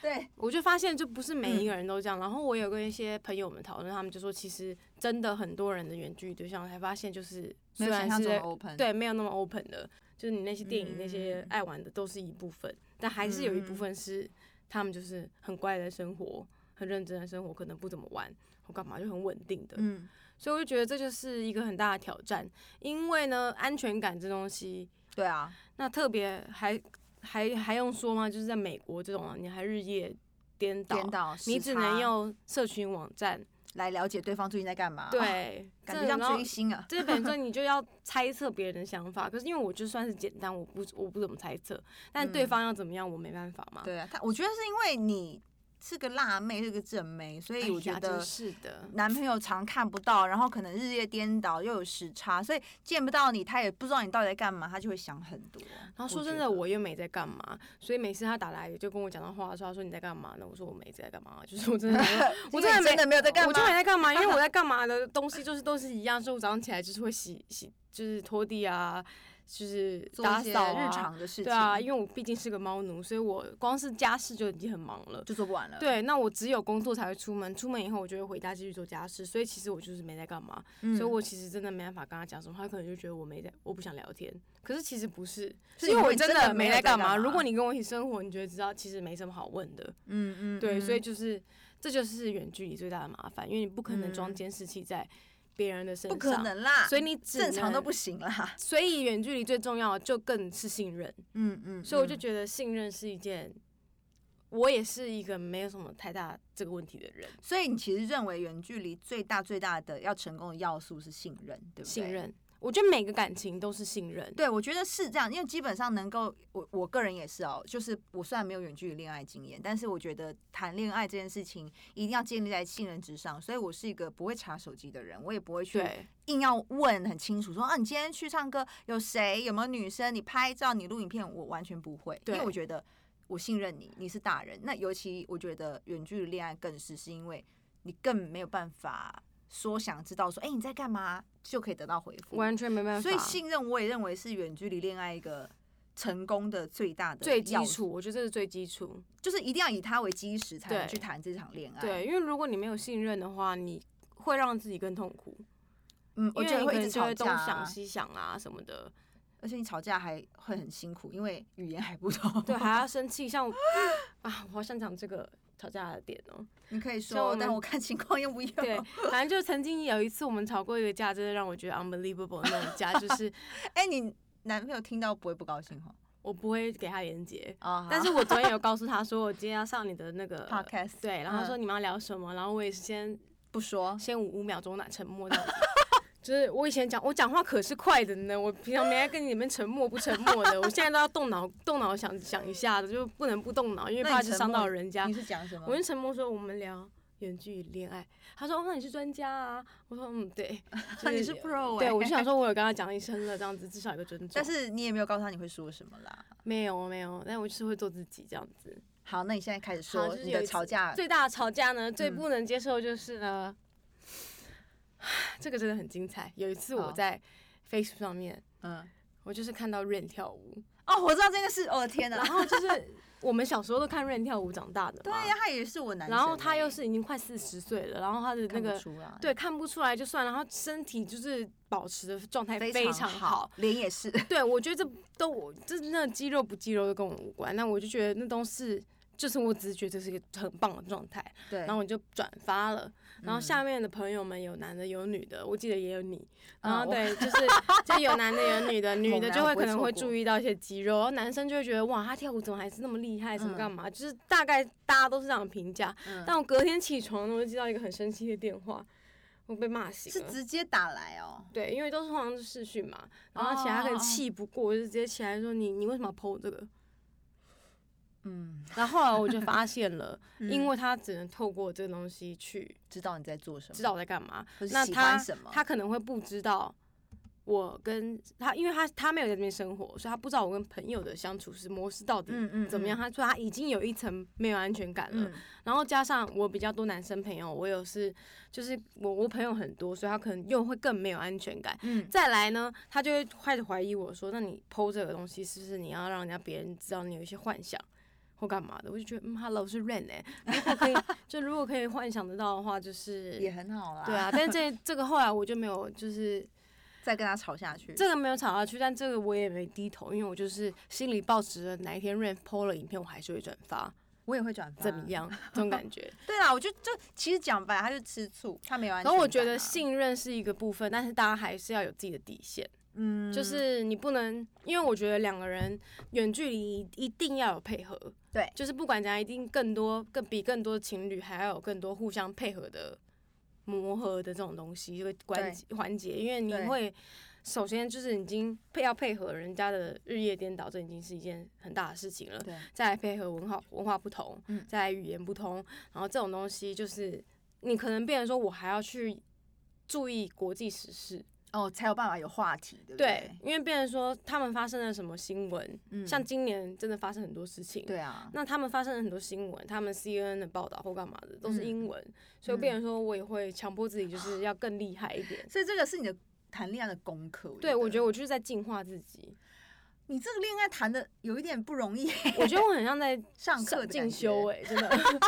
[SPEAKER 1] 对，
[SPEAKER 2] 我就发现，就不是
[SPEAKER 1] 嗯
[SPEAKER 2] 每一个人都这样。然后我有跟一些朋友们讨论，他们就说，其实真的很多人的远距离对象，才发现就是虽然是在
[SPEAKER 1] open，
[SPEAKER 2] 对没有那么 open 的，就是你那些电影、
[SPEAKER 1] 嗯
[SPEAKER 2] 那些爱玩的都是一部分，但还是有一部分是他们就是很乖的生活，很认真的生活，可能不怎么玩或干嘛，就很稳定的。
[SPEAKER 1] 嗯，
[SPEAKER 2] 所以我就觉得这就是一个很大的挑战，因为呢，安全感这东西，
[SPEAKER 1] 对啊，
[SPEAKER 2] 那特别还还还用说吗？就是在美国这种啊，你还日夜颠倒，
[SPEAKER 1] 颠倒，
[SPEAKER 2] 你
[SPEAKER 1] 时
[SPEAKER 2] 只
[SPEAKER 1] 差
[SPEAKER 2] 能用社群网站，
[SPEAKER 1] 来了解对方最近在干嘛。哦，
[SPEAKER 2] 对，
[SPEAKER 1] 感
[SPEAKER 2] 这
[SPEAKER 1] 觉像
[SPEAKER 2] 然
[SPEAKER 1] <laughs>
[SPEAKER 2] 后
[SPEAKER 1] 追星啊。
[SPEAKER 2] 这本身你就要猜测别人的想法，可是因为我就算是简单，我不我不怎么猜测，但对
[SPEAKER 1] 嗯
[SPEAKER 2] 方要怎么样，我没办法嘛。
[SPEAKER 1] 对啊，他我觉得是因为你是个辣妹，是个正妹，所
[SPEAKER 2] 哎
[SPEAKER 1] 以
[SPEAKER 2] 呀，
[SPEAKER 1] 我觉
[SPEAKER 2] 真
[SPEAKER 1] 得
[SPEAKER 2] 是的，
[SPEAKER 1] 男朋友常看不到，然后可能日夜颠倒，又有时差，所以见不到你，他也不知道你到底在干嘛，他就会想很多。
[SPEAKER 2] 然后说
[SPEAKER 1] 觉
[SPEAKER 2] 真
[SPEAKER 1] 得
[SPEAKER 2] 的，我又没在干嘛，所以每次他打来就跟我讲到话的时候，他说你在干嘛呢？我说我没在干嘛，就是我真的没
[SPEAKER 1] <laughs>
[SPEAKER 2] 有我
[SPEAKER 1] 因为
[SPEAKER 2] 真的
[SPEAKER 1] 你
[SPEAKER 2] 没
[SPEAKER 1] 真的没有在干
[SPEAKER 2] 我就没
[SPEAKER 1] 嘛。
[SPEAKER 2] 在干嘛，因
[SPEAKER 1] <laughs>
[SPEAKER 2] 为我在干嘛的东西就是都是一样，所以我早上起来就是会洗洗，就是拖地啊，就是
[SPEAKER 1] 做
[SPEAKER 2] 打
[SPEAKER 1] 一些
[SPEAKER 2] 扫啊，
[SPEAKER 1] 日常的事情，
[SPEAKER 2] 对啊，因为我毕竟是个猫奴，所以我光是家事就已经很忙了。
[SPEAKER 1] 就做不完了。
[SPEAKER 2] 对，那我只有工作才会出门，出门以后我就会回家继续做家事，所以其实我就是没在干嘛，
[SPEAKER 1] 嗯，
[SPEAKER 2] 所以我其实真的没办法跟他讲什么，他可能就觉得我没在，我不想聊天。可是其实不是，
[SPEAKER 1] 是
[SPEAKER 2] 是因
[SPEAKER 1] 因
[SPEAKER 2] 为
[SPEAKER 1] 为
[SPEAKER 2] 我
[SPEAKER 1] 你
[SPEAKER 2] 真
[SPEAKER 1] 真的
[SPEAKER 2] 的
[SPEAKER 1] 没
[SPEAKER 2] 没
[SPEAKER 1] 有
[SPEAKER 2] 在
[SPEAKER 1] 在
[SPEAKER 2] 干
[SPEAKER 1] 干
[SPEAKER 2] 嘛。如
[SPEAKER 1] 嘛
[SPEAKER 2] 果你跟我一起生活，你就会知道其实没什么好问的。
[SPEAKER 1] 嗯嗯，
[SPEAKER 2] 对，所以
[SPEAKER 1] 嗯
[SPEAKER 2] 就是这就是远距离最大的麻烦，因为你不可能装
[SPEAKER 1] 嗯
[SPEAKER 2] 监视器在别人的身上，
[SPEAKER 1] 不可，能啦，
[SPEAKER 2] 所以你只
[SPEAKER 1] 正常都
[SPEAKER 2] 能
[SPEAKER 1] 不。行啦。
[SPEAKER 2] 所以远距离最重要的就更是信任，
[SPEAKER 1] 嗯嗯，
[SPEAKER 2] 所以我就
[SPEAKER 1] 嗯
[SPEAKER 2] 觉得信任是一件，我也是一个没有什么太大这个问题的人，
[SPEAKER 1] 所以你其实认为远距离最大最大的要成功的要素是信任，对不对？
[SPEAKER 2] 信。任。我觉得每个感情都是信任，
[SPEAKER 1] 对，我觉得是这样，因为基本上能够，我我个人也是哦，就是我虽然没有远距离恋爱经验，但是我觉得谈恋爱这件事情一定要建立在信任之上，所以我是一个不会查手机的人，我也不会去
[SPEAKER 2] 对
[SPEAKER 1] 硬要问很清楚说啊，你今天去唱歌有谁，有没有女生，你拍照，你录影片，我完全不会，因
[SPEAKER 2] 对
[SPEAKER 1] 为我觉得我信任你，你是大人。那尤其我觉得远距离恋爱更是，是因为你更没有办法说想知道说，哎、你在干嘛就可以得到回复，
[SPEAKER 2] 完全没办法。
[SPEAKER 1] 所以信任我也认为是远距离恋爱一个。成功的最大的
[SPEAKER 2] 最基
[SPEAKER 1] 要素
[SPEAKER 2] 础，我觉得这是最基础。
[SPEAKER 1] 就是一定要以它为基石才能
[SPEAKER 2] 对
[SPEAKER 1] 去谈这场恋爱。，
[SPEAKER 2] 对，因为如果你没有信任的话，你会让自己更痛苦，
[SPEAKER 1] 嗯，我
[SPEAKER 2] 因
[SPEAKER 1] 觉
[SPEAKER 2] 为
[SPEAKER 1] 得
[SPEAKER 2] 你
[SPEAKER 1] 会
[SPEAKER 2] 可
[SPEAKER 1] 一
[SPEAKER 2] 能
[SPEAKER 1] 直
[SPEAKER 2] 就
[SPEAKER 1] 吵
[SPEAKER 2] 会东
[SPEAKER 1] 架啊、
[SPEAKER 2] 想西想啊什么
[SPEAKER 1] <laughs>
[SPEAKER 2] 的。
[SPEAKER 1] 而且你吵架还会很辛苦，因为语言还不通。
[SPEAKER 2] 对，还要生气，像我啊，我好想讲这个吵架的点
[SPEAKER 1] <laughs>
[SPEAKER 2] 哦、
[SPEAKER 1] 你可以
[SPEAKER 2] 像我
[SPEAKER 1] 说，
[SPEAKER 2] 们
[SPEAKER 1] 但我看情况用不用。
[SPEAKER 2] 对，反正就是曾经有一次我们吵过一个架，真的让我觉得 unbelievable 的那
[SPEAKER 1] <laughs>
[SPEAKER 2] 种架，就是
[SPEAKER 1] 哎、你男朋友听到不会不高兴哈？
[SPEAKER 2] 我不会给他连接，
[SPEAKER 1] 啊
[SPEAKER 2] 但是我昨天有告诉他说我今天要上你的那个
[SPEAKER 1] podcast
[SPEAKER 2] 对，然后他
[SPEAKER 1] 嗯
[SPEAKER 2] 说你们要聊什么，然后我也是先
[SPEAKER 1] 不说，
[SPEAKER 2] 先五五秒钟那沉默这样子。就是我以前讲，我讲话可是快的呢，我平常没爱跟你们沉默不沉默的，我现在都要动脑动脑想想一下的，就不能不动脑，因为
[SPEAKER 1] 那
[SPEAKER 2] 怕
[SPEAKER 1] 你
[SPEAKER 2] 就
[SPEAKER 1] 沉
[SPEAKER 2] 伤
[SPEAKER 1] 默
[SPEAKER 2] 到人家
[SPEAKER 1] 你。是讲什么，
[SPEAKER 2] 我？跟沉默说我们聊远距离恋爱，他说、哦、那你是专家啊，我说嗯对
[SPEAKER 1] <laughs>
[SPEAKER 2] 就
[SPEAKER 1] 你是 pro 哎、
[SPEAKER 2] 对，我就想说我有跟他讲一声了，这样子至少有个尊重。
[SPEAKER 1] <laughs> 但是你也没有告诉他你会说什么啦。
[SPEAKER 2] 没有没有，但我就是会做自己这样子。
[SPEAKER 1] 好，那你现在开始
[SPEAKER 2] 好，
[SPEAKER 1] 说
[SPEAKER 2] 就是
[SPEAKER 1] 你
[SPEAKER 2] 有
[SPEAKER 1] 的
[SPEAKER 2] 一次
[SPEAKER 1] 吵架。
[SPEAKER 2] 最大的吵架呢，最
[SPEAKER 1] 嗯
[SPEAKER 2] 不能接受就是呢，这个真的很精彩。有一次
[SPEAKER 1] 好
[SPEAKER 2] 我在 Facebook 上面，
[SPEAKER 1] 嗯，
[SPEAKER 2] 我就是看到 Rain 跳舞，
[SPEAKER 1] 哦，我知道这个是，哦天哪
[SPEAKER 2] 然！后就是我们小时候都看 Rain 跳舞长大的
[SPEAKER 1] 对
[SPEAKER 2] 嘛，
[SPEAKER 1] 呀、他也是我男神
[SPEAKER 2] 然
[SPEAKER 1] 欸、
[SPEAKER 2] 后他又是已经快四十岁了，然后他的那
[SPEAKER 1] 看不
[SPEAKER 2] 个
[SPEAKER 1] 出来，
[SPEAKER 2] 对看不出来就算，然后身体就是保持的状态非常好
[SPEAKER 1] 好，，脸也是。 <laughs>
[SPEAKER 2] 对，我觉得这都我这那肌肉不肌肉都跟我无关，那我就觉得那都是就是我只是觉得这是一个很棒的状态，
[SPEAKER 1] 对，
[SPEAKER 2] 然后我就转发了，然后
[SPEAKER 1] 嗯
[SPEAKER 2] 下面的朋友们有男的有女的，我记得也有你，
[SPEAKER 1] 嗯
[SPEAKER 2] 然后
[SPEAKER 1] 我 <laughs>
[SPEAKER 2] 对，就是就有男的有女的，女
[SPEAKER 1] 猛
[SPEAKER 2] 的
[SPEAKER 1] 男
[SPEAKER 2] 就
[SPEAKER 1] 我
[SPEAKER 2] 会
[SPEAKER 1] 不会
[SPEAKER 2] 可能
[SPEAKER 1] 错
[SPEAKER 2] 会
[SPEAKER 1] 过
[SPEAKER 2] 注意到一些肌肉，然后男生就会觉得哇，他跳舞怎么还是那么厉害，怎么
[SPEAKER 1] 嗯
[SPEAKER 2] 干嘛，就是大概大家都是这样的评价，
[SPEAKER 1] 嗯
[SPEAKER 2] 但我隔天起床呢，我就接到一个很生气的电话，我我被骂醒
[SPEAKER 1] 是
[SPEAKER 2] 了。
[SPEAKER 1] 直接打来哦。
[SPEAKER 2] 对，因为都是通常是视讯嘛，然后其
[SPEAKER 1] 哦
[SPEAKER 2] 他
[SPEAKER 1] 哦
[SPEAKER 2] 人
[SPEAKER 1] 哦
[SPEAKER 2] 气不过，就直接起来说你你为什么要 PO 这个？
[SPEAKER 1] 嗯，
[SPEAKER 2] 然后后来我就发现了，
[SPEAKER 1] <laughs>
[SPEAKER 2] 因
[SPEAKER 1] 嗯
[SPEAKER 2] 为他只能透过这个东西去
[SPEAKER 1] 知道你在做什么，
[SPEAKER 2] 知道我在干嘛。
[SPEAKER 1] 或是
[SPEAKER 2] 那
[SPEAKER 1] 喜欢
[SPEAKER 2] 他
[SPEAKER 1] 什么，
[SPEAKER 2] 他可能会不知道我跟他，因为他他没有在这边生活，所以他不知道我跟朋友的相处是模式到底
[SPEAKER 1] 嗯嗯
[SPEAKER 2] 怎么样。呃他说他已经有一层没有安全感了，
[SPEAKER 1] 嗯
[SPEAKER 2] 然后加上我比较多男生朋友，我有是就是我我朋友很多，所以他可能又会更没有安全感。
[SPEAKER 1] 嗯
[SPEAKER 2] 再来呢，他就会开始怀疑我说，那你剖这个东西是不是你要让人家别人知道你有一些幻想或干嘛的？我就觉得，嗯，Hello 是 Rain 哎、如果可以， <laughs> 就如果可以幻想得到的话，就是
[SPEAKER 1] 也很好啦。
[SPEAKER 2] 对，啊。但这 <laughs> 这个后来我就没有，就是
[SPEAKER 1] 再跟他吵下去，
[SPEAKER 2] 这个没有吵下去，但这个我也没低头，因为我就是心里抱持着哪一天 Rain 剖了影片，我还是会转发，
[SPEAKER 1] 我也会转发。
[SPEAKER 2] 怎么？样这种感觉。
[SPEAKER 1] 对啦，我就就其实讲白了，他就吃醋，他没有安全
[SPEAKER 2] 可
[SPEAKER 1] 感啊。
[SPEAKER 2] 我觉得信任是一个部分，但是大家还是要有自己的底线。
[SPEAKER 1] 嗯，
[SPEAKER 2] 就是你不能，因为我觉得两个人远距离一定要有配合，
[SPEAKER 1] 对
[SPEAKER 2] 就是不管怎样，一定更多更比更多情侣还要有更多互相配合的磨合的这种东西，这个关环节，因为你
[SPEAKER 1] 对
[SPEAKER 2] 会首先就是已经配要配合人家的日夜颠倒，这已经是一件很大的事情了，
[SPEAKER 1] 对，
[SPEAKER 2] 再来配合文化文化不同，
[SPEAKER 1] 嗯
[SPEAKER 2] 再来语言不通，然后这种东西就是你可能变成说我还要去注意国际时事，
[SPEAKER 1] 哦，才有办法有话题，对不
[SPEAKER 2] 对？，因为变成说他们发生了什么新闻，
[SPEAKER 1] 嗯
[SPEAKER 2] 像今年真的发生很多事情。
[SPEAKER 1] 对啊，
[SPEAKER 2] 那他们发生了很多新闻，他们 CNN 的报道或干嘛的都是
[SPEAKER 1] 嗯
[SPEAKER 2] 英文，所以变成说我也会强迫自己就是要更厉害一点。
[SPEAKER 1] 所以这个是你的谈恋爱的功课。
[SPEAKER 2] 对，我觉得
[SPEAKER 1] 得
[SPEAKER 2] 我就是在进化自己， <laughs>
[SPEAKER 1] 你这个恋爱谈的有一点不容易， <laughs>
[SPEAKER 2] 我觉得我很像在
[SPEAKER 1] 上课
[SPEAKER 2] 上
[SPEAKER 1] 的
[SPEAKER 2] 进
[SPEAKER 1] 感觉
[SPEAKER 2] 修哎、真的，我觉得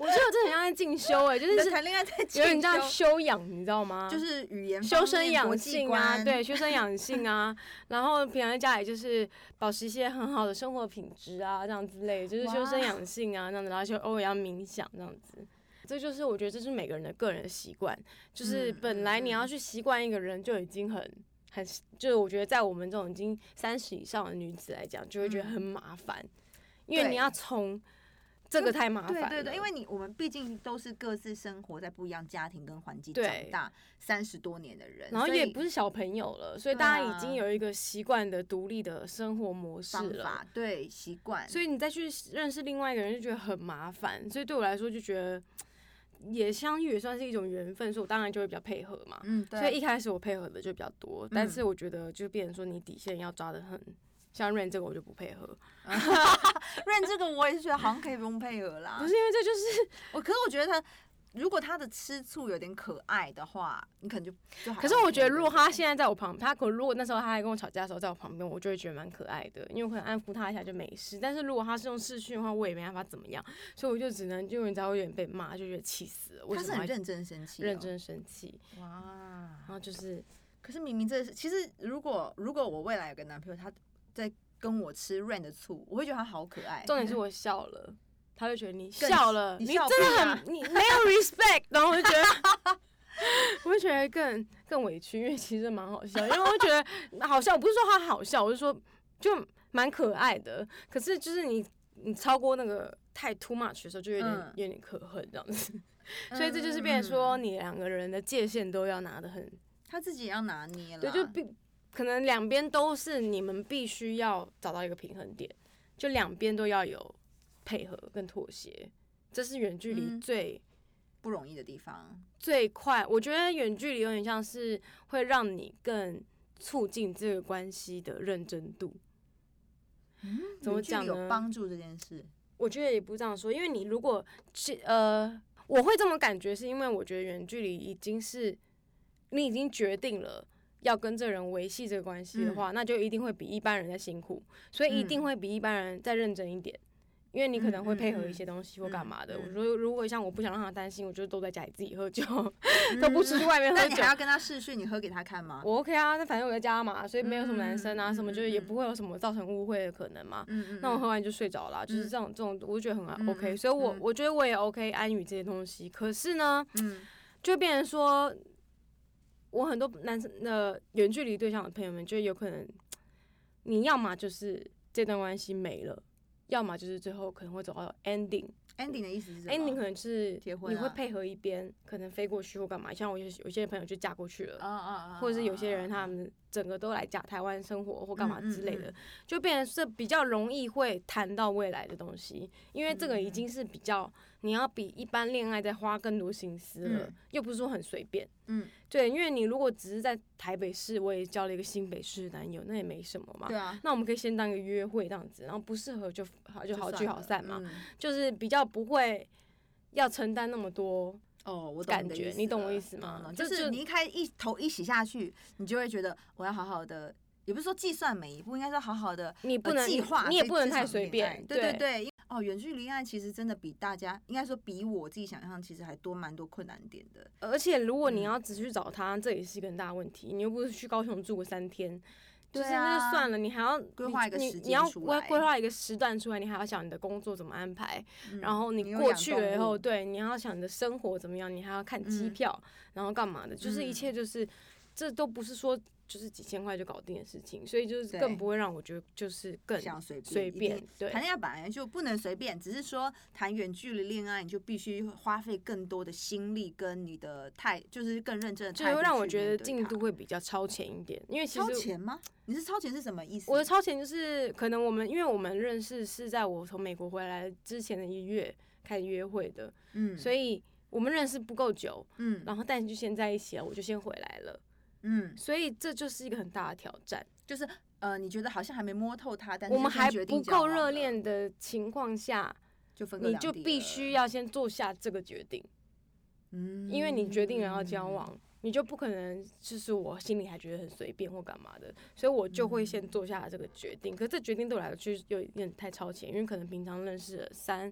[SPEAKER 2] <laughs> 我真的很像在进修哎、就
[SPEAKER 1] 你
[SPEAKER 2] 是
[SPEAKER 1] 的
[SPEAKER 2] 是
[SPEAKER 1] 谈恋爱在
[SPEAKER 2] 有点这样
[SPEAKER 1] 进修
[SPEAKER 2] 修养，你知道吗？
[SPEAKER 1] 就是语言
[SPEAKER 2] 修
[SPEAKER 1] 方
[SPEAKER 2] 身
[SPEAKER 1] 面
[SPEAKER 2] 养
[SPEAKER 1] 国际
[SPEAKER 2] 性啊，
[SPEAKER 1] 观
[SPEAKER 2] 对，
[SPEAKER 1] <laughs>
[SPEAKER 2] 修身养性啊，然后平常在家里就是保持一些很好的生活品质啊，这样之类，就是修身
[SPEAKER 1] 哇
[SPEAKER 2] 养性啊，这样子，然后就偶尔要冥想这样子。这就是我觉得这是每个人的个人的习惯，就是
[SPEAKER 1] 嗯
[SPEAKER 2] 本来你要
[SPEAKER 1] 嗯
[SPEAKER 2] 去习惯一个人就已经很很，就是我觉得在我们这种已经三十以上的女子来讲，就会觉得
[SPEAKER 1] 嗯
[SPEAKER 2] 很麻烦，因为你
[SPEAKER 1] 对
[SPEAKER 2] 要从这个太麻烦
[SPEAKER 1] 对
[SPEAKER 2] 了，
[SPEAKER 1] 对对，因为你我们毕竟都是各自生活在不一样家庭跟环境
[SPEAKER 2] 对
[SPEAKER 1] 长大三十多年的人，
[SPEAKER 2] 然后
[SPEAKER 1] 所
[SPEAKER 2] 也
[SPEAKER 1] 以
[SPEAKER 2] 不是小朋友了，所以
[SPEAKER 1] 对
[SPEAKER 2] 大家
[SPEAKER 1] 啊
[SPEAKER 2] 已经有一个习惯的独立的生活模式
[SPEAKER 1] 方
[SPEAKER 2] 了，
[SPEAKER 1] 法对习惯，
[SPEAKER 2] 所以你再去认识另外一个人就觉得很麻烦，所以对我来说就觉得也相遇也算是一种缘分，所以我当然就会比较配合嘛。
[SPEAKER 1] 嗯，
[SPEAKER 2] 所
[SPEAKER 1] 对，嗯
[SPEAKER 2] 以一开始我配合的就比较多，但是我觉得就变成说你底线要抓的很。像 Rain 这个我就不配合，
[SPEAKER 1] <laughs> 认这个我也是觉得好像可以不用配合啦
[SPEAKER 2] 不。是因为这就是，
[SPEAKER 1] 我可是我觉得他如果他的吃醋有点可爱的话，你可能就就还
[SPEAKER 2] 可是我
[SPEAKER 1] OK，
[SPEAKER 2] 觉得如果
[SPEAKER 1] 对不
[SPEAKER 2] 他
[SPEAKER 1] 对
[SPEAKER 2] 现在在我旁，他可如果那时候他还跟我吵架的时候在我旁边，我就会觉得蛮可爱的，因为我可能安抚他一下就没事。但是如果他是用视讯的话，我也没办法怎么样，所以我就只能就你知道我有点被骂，就觉得气死了，为
[SPEAKER 1] 他
[SPEAKER 2] 什
[SPEAKER 1] 是
[SPEAKER 2] 么
[SPEAKER 1] 很
[SPEAKER 2] 要
[SPEAKER 1] 认真哦生气、
[SPEAKER 2] 认真生气？
[SPEAKER 1] 哇。
[SPEAKER 2] 然后就是
[SPEAKER 1] 可是明明这是其实如果如果我未来有个男朋友，他在跟我吃 Rain 的醋，我会觉得他好可爱。
[SPEAKER 2] 重点是我笑了，他就觉得你
[SPEAKER 1] 更
[SPEAKER 2] 笑了，
[SPEAKER 1] 你
[SPEAKER 2] 你
[SPEAKER 1] 笑
[SPEAKER 2] 真的
[SPEAKER 1] 屁
[SPEAKER 2] 很、
[SPEAKER 1] 啊
[SPEAKER 2] 你没有 respect，然后我就觉得。
[SPEAKER 1] <laughs>
[SPEAKER 2] 我就觉得更更委屈，因为其实蛮好笑，因为我觉得好笑，我不是说他好笑，我是说就蛮可爱的。可是就是你你超过那个太 too much 的时候，就有点、
[SPEAKER 1] 嗯
[SPEAKER 2] 有点可恨这样子。所以这就是变成说，你两个人的界限都要拿得很
[SPEAKER 1] 他自己也要拿捏了。
[SPEAKER 2] 对，就必可能两边都是你们必须要找到一个平衡点，就两边都要有配合跟妥协，这是远距离
[SPEAKER 1] 嗯
[SPEAKER 2] 最、
[SPEAKER 1] 不容易的地方。
[SPEAKER 2] 最快。我觉得远距离有点像是会让你更促进这个关系的认真度。嗯怎么
[SPEAKER 1] 远距离
[SPEAKER 2] 讲呢
[SPEAKER 1] 有帮助这件事。
[SPEAKER 2] 我觉得也不是这样说，因为你如果去呃，我会这么感觉，是因为我觉得远距离已经是你已经决定了要跟这个人维系这个关系的话，那就一定会比一般人在辛苦，所以一定
[SPEAKER 1] 嗯
[SPEAKER 2] 会比一般人再认真一点。因为你可能会配合一些东西或干嘛的。
[SPEAKER 1] 嗯嗯嗯
[SPEAKER 2] 我说，如果像我不想让他担心，我就都在家里自己喝酒， <laughs> 都不出去外面喝
[SPEAKER 1] 但嗯你
[SPEAKER 2] 酒
[SPEAKER 1] 还。要跟他试训，你喝给他看吗？
[SPEAKER 2] 我 OK 啊，那反正我在家嘛，所以没有什么男生
[SPEAKER 1] 嗯
[SPEAKER 2] 啊，
[SPEAKER 1] 嗯
[SPEAKER 2] 什么
[SPEAKER 1] 嗯
[SPEAKER 2] 就是也
[SPEAKER 1] 嗯
[SPEAKER 2] 不会有什么造成误会的可能嘛。
[SPEAKER 1] 嗯嗯，
[SPEAKER 2] 那我
[SPEAKER 1] 嗯
[SPEAKER 2] 喝完就睡着了啊、就是
[SPEAKER 1] 嗯
[SPEAKER 2] 这种这种，我就觉得很啊
[SPEAKER 1] 嗯
[SPEAKER 2] OK，、
[SPEAKER 1] 嗯
[SPEAKER 2] 所以我
[SPEAKER 1] 嗯
[SPEAKER 2] 我觉得我也 OK 安于这些东西。可是呢，
[SPEAKER 1] 嗯
[SPEAKER 2] 就变成说，我很多男生的远距离对象的朋友们，就有可能你要么就是这段关系没了，要么就是最后可能会走到 ending。
[SPEAKER 1] ending 的意思是什么
[SPEAKER 2] ending 可能是
[SPEAKER 1] 结婚
[SPEAKER 2] 你会
[SPEAKER 1] 啊
[SPEAKER 2] 配合一边，可能飞过去或干嘛。像我有些有些朋友就嫁过去了，
[SPEAKER 1] 啊啊啊，
[SPEAKER 2] 或者是有些人
[SPEAKER 1] 啊
[SPEAKER 2] 他们整个都来假台湾生活或干嘛
[SPEAKER 1] 嗯
[SPEAKER 2] 之类
[SPEAKER 1] 嗯
[SPEAKER 2] 的
[SPEAKER 1] 嗯，
[SPEAKER 2] 就变成是比较容易会谈到未来的东西，因为这
[SPEAKER 1] 嗯
[SPEAKER 2] 个已经是比较你要比一般恋爱再花更多心思了
[SPEAKER 1] 嗯，
[SPEAKER 2] 又不是说很随便。
[SPEAKER 1] 嗯，
[SPEAKER 2] 对，因为你如果只是在台北市，我也交了一个新北市的男友，那也没什么嘛
[SPEAKER 1] 对。啊，
[SPEAKER 2] 那我们可以先当一个约会这样子，然后不适合就好就好聚
[SPEAKER 1] 算
[SPEAKER 2] 好
[SPEAKER 1] 了
[SPEAKER 2] 散嘛。
[SPEAKER 1] 嗯
[SPEAKER 2] 就是比较不会要承担那么多。
[SPEAKER 1] 哦，我懂
[SPEAKER 2] 感
[SPEAKER 1] 的
[SPEAKER 2] 觉
[SPEAKER 1] 意思
[SPEAKER 2] 你懂我
[SPEAKER 1] 了
[SPEAKER 2] 意思吗
[SPEAKER 1] 懂懂
[SPEAKER 2] 就
[SPEAKER 1] 就
[SPEAKER 2] 就是
[SPEAKER 1] 你一开一头一洗下去，你就会觉得我要好好的，也不是说计算每一步，应该说好好的
[SPEAKER 2] 你不能
[SPEAKER 1] 呃计划，
[SPEAKER 2] 你也
[SPEAKER 1] 这
[SPEAKER 2] 不能
[SPEAKER 1] 这
[SPEAKER 2] 太
[SPEAKER 1] 场
[SPEAKER 2] 随
[SPEAKER 1] 恋
[SPEAKER 2] 便
[SPEAKER 1] 爱对对
[SPEAKER 2] 对
[SPEAKER 1] 对。因哦，远距离恋爱其实真的比大家，应该说比我自己想象其实还多蛮多困难点的。
[SPEAKER 2] 而且如果你
[SPEAKER 1] 嗯
[SPEAKER 2] 要只去找他，这也是一个很大的问题。你又不是去高雄住个三天，就
[SPEAKER 1] 对
[SPEAKER 2] 是那就
[SPEAKER 1] 啊
[SPEAKER 2] 算了，你还要
[SPEAKER 1] 规
[SPEAKER 2] 你
[SPEAKER 1] 划一个
[SPEAKER 2] 你
[SPEAKER 1] 时
[SPEAKER 2] 你要
[SPEAKER 1] 间出
[SPEAKER 2] 规
[SPEAKER 1] 来
[SPEAKER 2] 规划一个时段出来，你还要想你的工作怎么安排，
[SPEAKER 1] 嗯
[SPEAKER 2] 然后
[SPEAKER 1] 你
[SPEAKER 2] 你
[SPEAKER 1] 有
[SPEAKER 2] 过
[SPEAKER 1] 养
[SPEAKER 2] 去
[SPEAKER 1] 动
[SPEAKER 2] 了以
[SPEAKER 1] 物
[SPEAKER 2] 后，对，你要想你的生活怎么样，你还要看机
[SPEAKER 1] 嗯
[SPEAKER 2] 票，然后干嘛的，就是一
[SPEAKER 1] 嗯
[SPEAKER 2] 切就是这都不是说就是几千块就搞定的事情，所以就是更
[SPEAKER 1] 对
[SPEAKER 2] 不会让我觉得就是更
[SPEAKER 1] 想随便
[SPEAKER 2] 随
[SPEAKER 1] 一定
[SPEAKER 2] 便，对，
[SPEAKER 1] 谈恋爱本来就不能随便，只是说谈远距离恋爱，你就必须花费更多的心力跟你的态，就是更认真的
[SPEAKER 2] 就
[SPEAKER 1] 态度去面对它。
[SPEAKER 2] 会让我觉得进度会比较超前一点，因为其
[SPEAKER 1] 超
[SPEAKER 2] 实
[SPEAKER 1] 前吗？你是超前是什么意思？
[SPEAKER 2] 我的超前就是可能我们因为我们认识是在我从美国回来之前的一月开始约会的，
[SPEAKER 1] 嗯，
[SPEAKER 2] 所以我们认识不够久，
[SPEAKER 1] 嗯
[SPEAKER 2] 然后但就先在一起了，我就先回来了，
[SPEAKER 1] 嗯，
[SPEAKER 2] 所以这就是一个很大的挑战。
[SPEAKER 1] 就是呃，你觉得好像还没摸透他，但是
[SPEAKER 2] 我们
[SPEAKER 1] 就先
[SPEAKER 2] 还
[SPEAKER 1] 决定
[SPEAKER 2] 不
[SPEAKER 1] 交
[SPEAKER 2] 够
[SPEAKER 1] 往
[SPEAKER 2] 热
[SPEAKER 1] 了，
[SPEAKER 2] 恋的情况下，
[SPEAKER 1] 就分隔
[SPEAKER 2] 你
[SPEAKER 1] 两
[SPEAKER 2] 就
[SPEAKER 1] 地
[SPEAKER 2] 必
[SPEAKER 1] 了
[SPEAKER 2] 须，要先做下这个决定，
[SPEAKER 1] 嗯
[SPEAKER 2] 因为你决定了要交，往。你就不可能，就是我心里还觉得很随便或干嘛的，所以我就会先做下这个决定。可是这决定对我来说就是有一点太超前，因为可能平常认识了三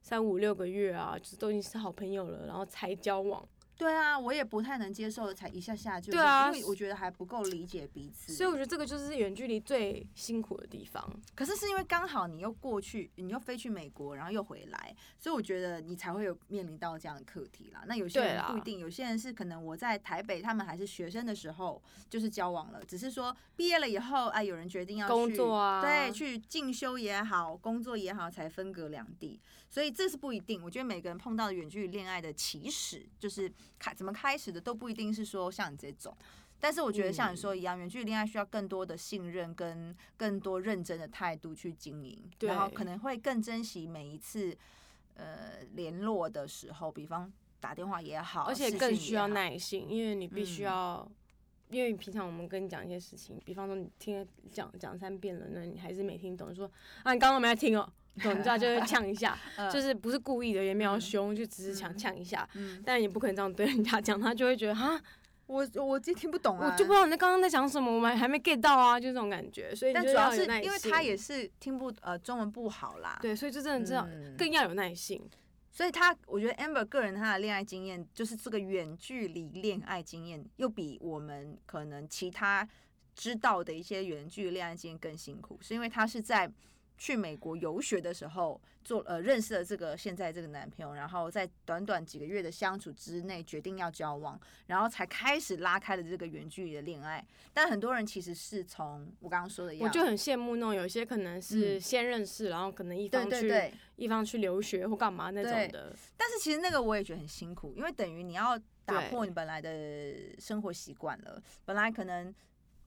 [SPEAKER 2] 三五六个月啊，就是都已经是好朋友了，然后才交往，
[SPEAKER 1] 对啊，我也不太能接受，才一下下就
[SPEAKER 2] 对
[SPEAKER 1] 是
[SPEAKER 2] 啊
[SPEAKER 1] 因为我觉得还不够理解彼此，
[SPEAKER 2] 所以我觉得这个就是远距离最辛苦的地方。
[SPEAKER 1] 可是是因为刚好你又过去，你又飞去美国，然后又回来，所以我觉得你才会有面临到这样的课题啦。那有些
[SPEAKER 2] 对啊
[SPEAKER 1] 人
[SPEAKER 2] 啦
[SPEAKER 1] 不一定，有些人是可能我在台北，他们还是学生的时候就是交往了，只是说毕业了以后，哎，有人决定要去
[SPEAKER 2] 工作啊
[SPEAKER 1] 对，去进修也好，工作也好，才分隔两地。所以这是不一定。我觉得每个人碰到的远距离恋爱的起始，就是开怎么开始的，都不一定是说像你这种。但是我觉得
[SPEAKER 2] 嗯
[SPEAKER 1] 像你说一样，远距离恋爱需要更多的信任跟更多认真的态度去经营，
[SPEAKER 2] 对
[SPEAKER 1] 然后可能会更珍惜每一次呃联络的时候，比方打电话也好，
[SPEAKER 2] 而且
[SPEAKER 1] 视
[SPEAKER 2] 更
[SPEAKER 1] 讯
[SPEAKER 2] 需
[SPEAKER 1] 也
[SPEAKER 2] 要
[SPEAKER 1] 好
[SPEAKER 2] 耐心，因为你必
[SPEAKER 1] 嗯
[SPEAKER 2] 须要，因为平常我们跟你讲一些事情，比方说你听了讲讲三遍了，那你还是没听懂，你说啊你刚刚没在听哦、懂你知道就会呛一下，
[SPEAKER 1] <laughs> 嗯
[SPEAKER 2] 就是不是故意的，也没有
[SPEAKER 1] 嗯
[SPEAKER 2] 凶，就只是想
[SPEAKER 1] 嗯
[SPEAKER 2] 呛一下。
[SPEAKER 1] 嗯，
[SPEAKER 2] 但也不可能这样对人家讲，他就会觉得啊，
[SPEAKER 1] 我我就听不懂
[SPEAKER 2] 我
[SPEAKER 1] 啊，
[SPEAKER 2] 就不知。道你在刚刚在讲什么，我们还没 get 到啊，就这种感觉。所以你
[SPEAKER 1] 但
[SPEAKER 2] 就
[SPEAKER 1] 主要
[SPEAKER 2] 要
[SPEAKER 1] 是
[SPEAKER 2] 有耐
[SPEAKER 1] 因为
[SPEAKER 2] 心
[SPEAKER 1] 他也是听不呃中文不好啦，，
[SPEAKER 2] 对，所以就真的知道
[SPEAKER 1] 嗯
[SPEAKER 2] 更要有耐心。
[SPEAKER 1] 所以他我觉得 Amber 个人他的恋爱经验，就是这个远距离恋爱经验，又比我们可能其他知道的一些远距离恋爱经验更辛苦，是因为他是在去美国游学的时候做呃认识了这个现在这个男朋友，然后在短短几个月的相处之内决定要交往，然后才开始拉开了这个远距离的恋爱。但很多人其实是从我刚刚说的一样，
[SPEAKER 2] 我就很羡慕那种有一些可能是
[SPEAKER 1] 嗯
[SPEAKER 2] 先认识，然后可能一
[SPEAKER 1] 对
[SPEAKER 2] 方
[SPEAKER 1] 对
[SPEAKER 2] 去
[SPEAKER 1] 对。
[SPEAKER 2] 一方去留学或干嘛那
[SPEAKER 1] 对
[SPEAKER 2] 种的，
[SPEAKER 1] 但是其实那个我也觉得很辛苦，因为等于你要打破你本来的生活习惯了，本来可能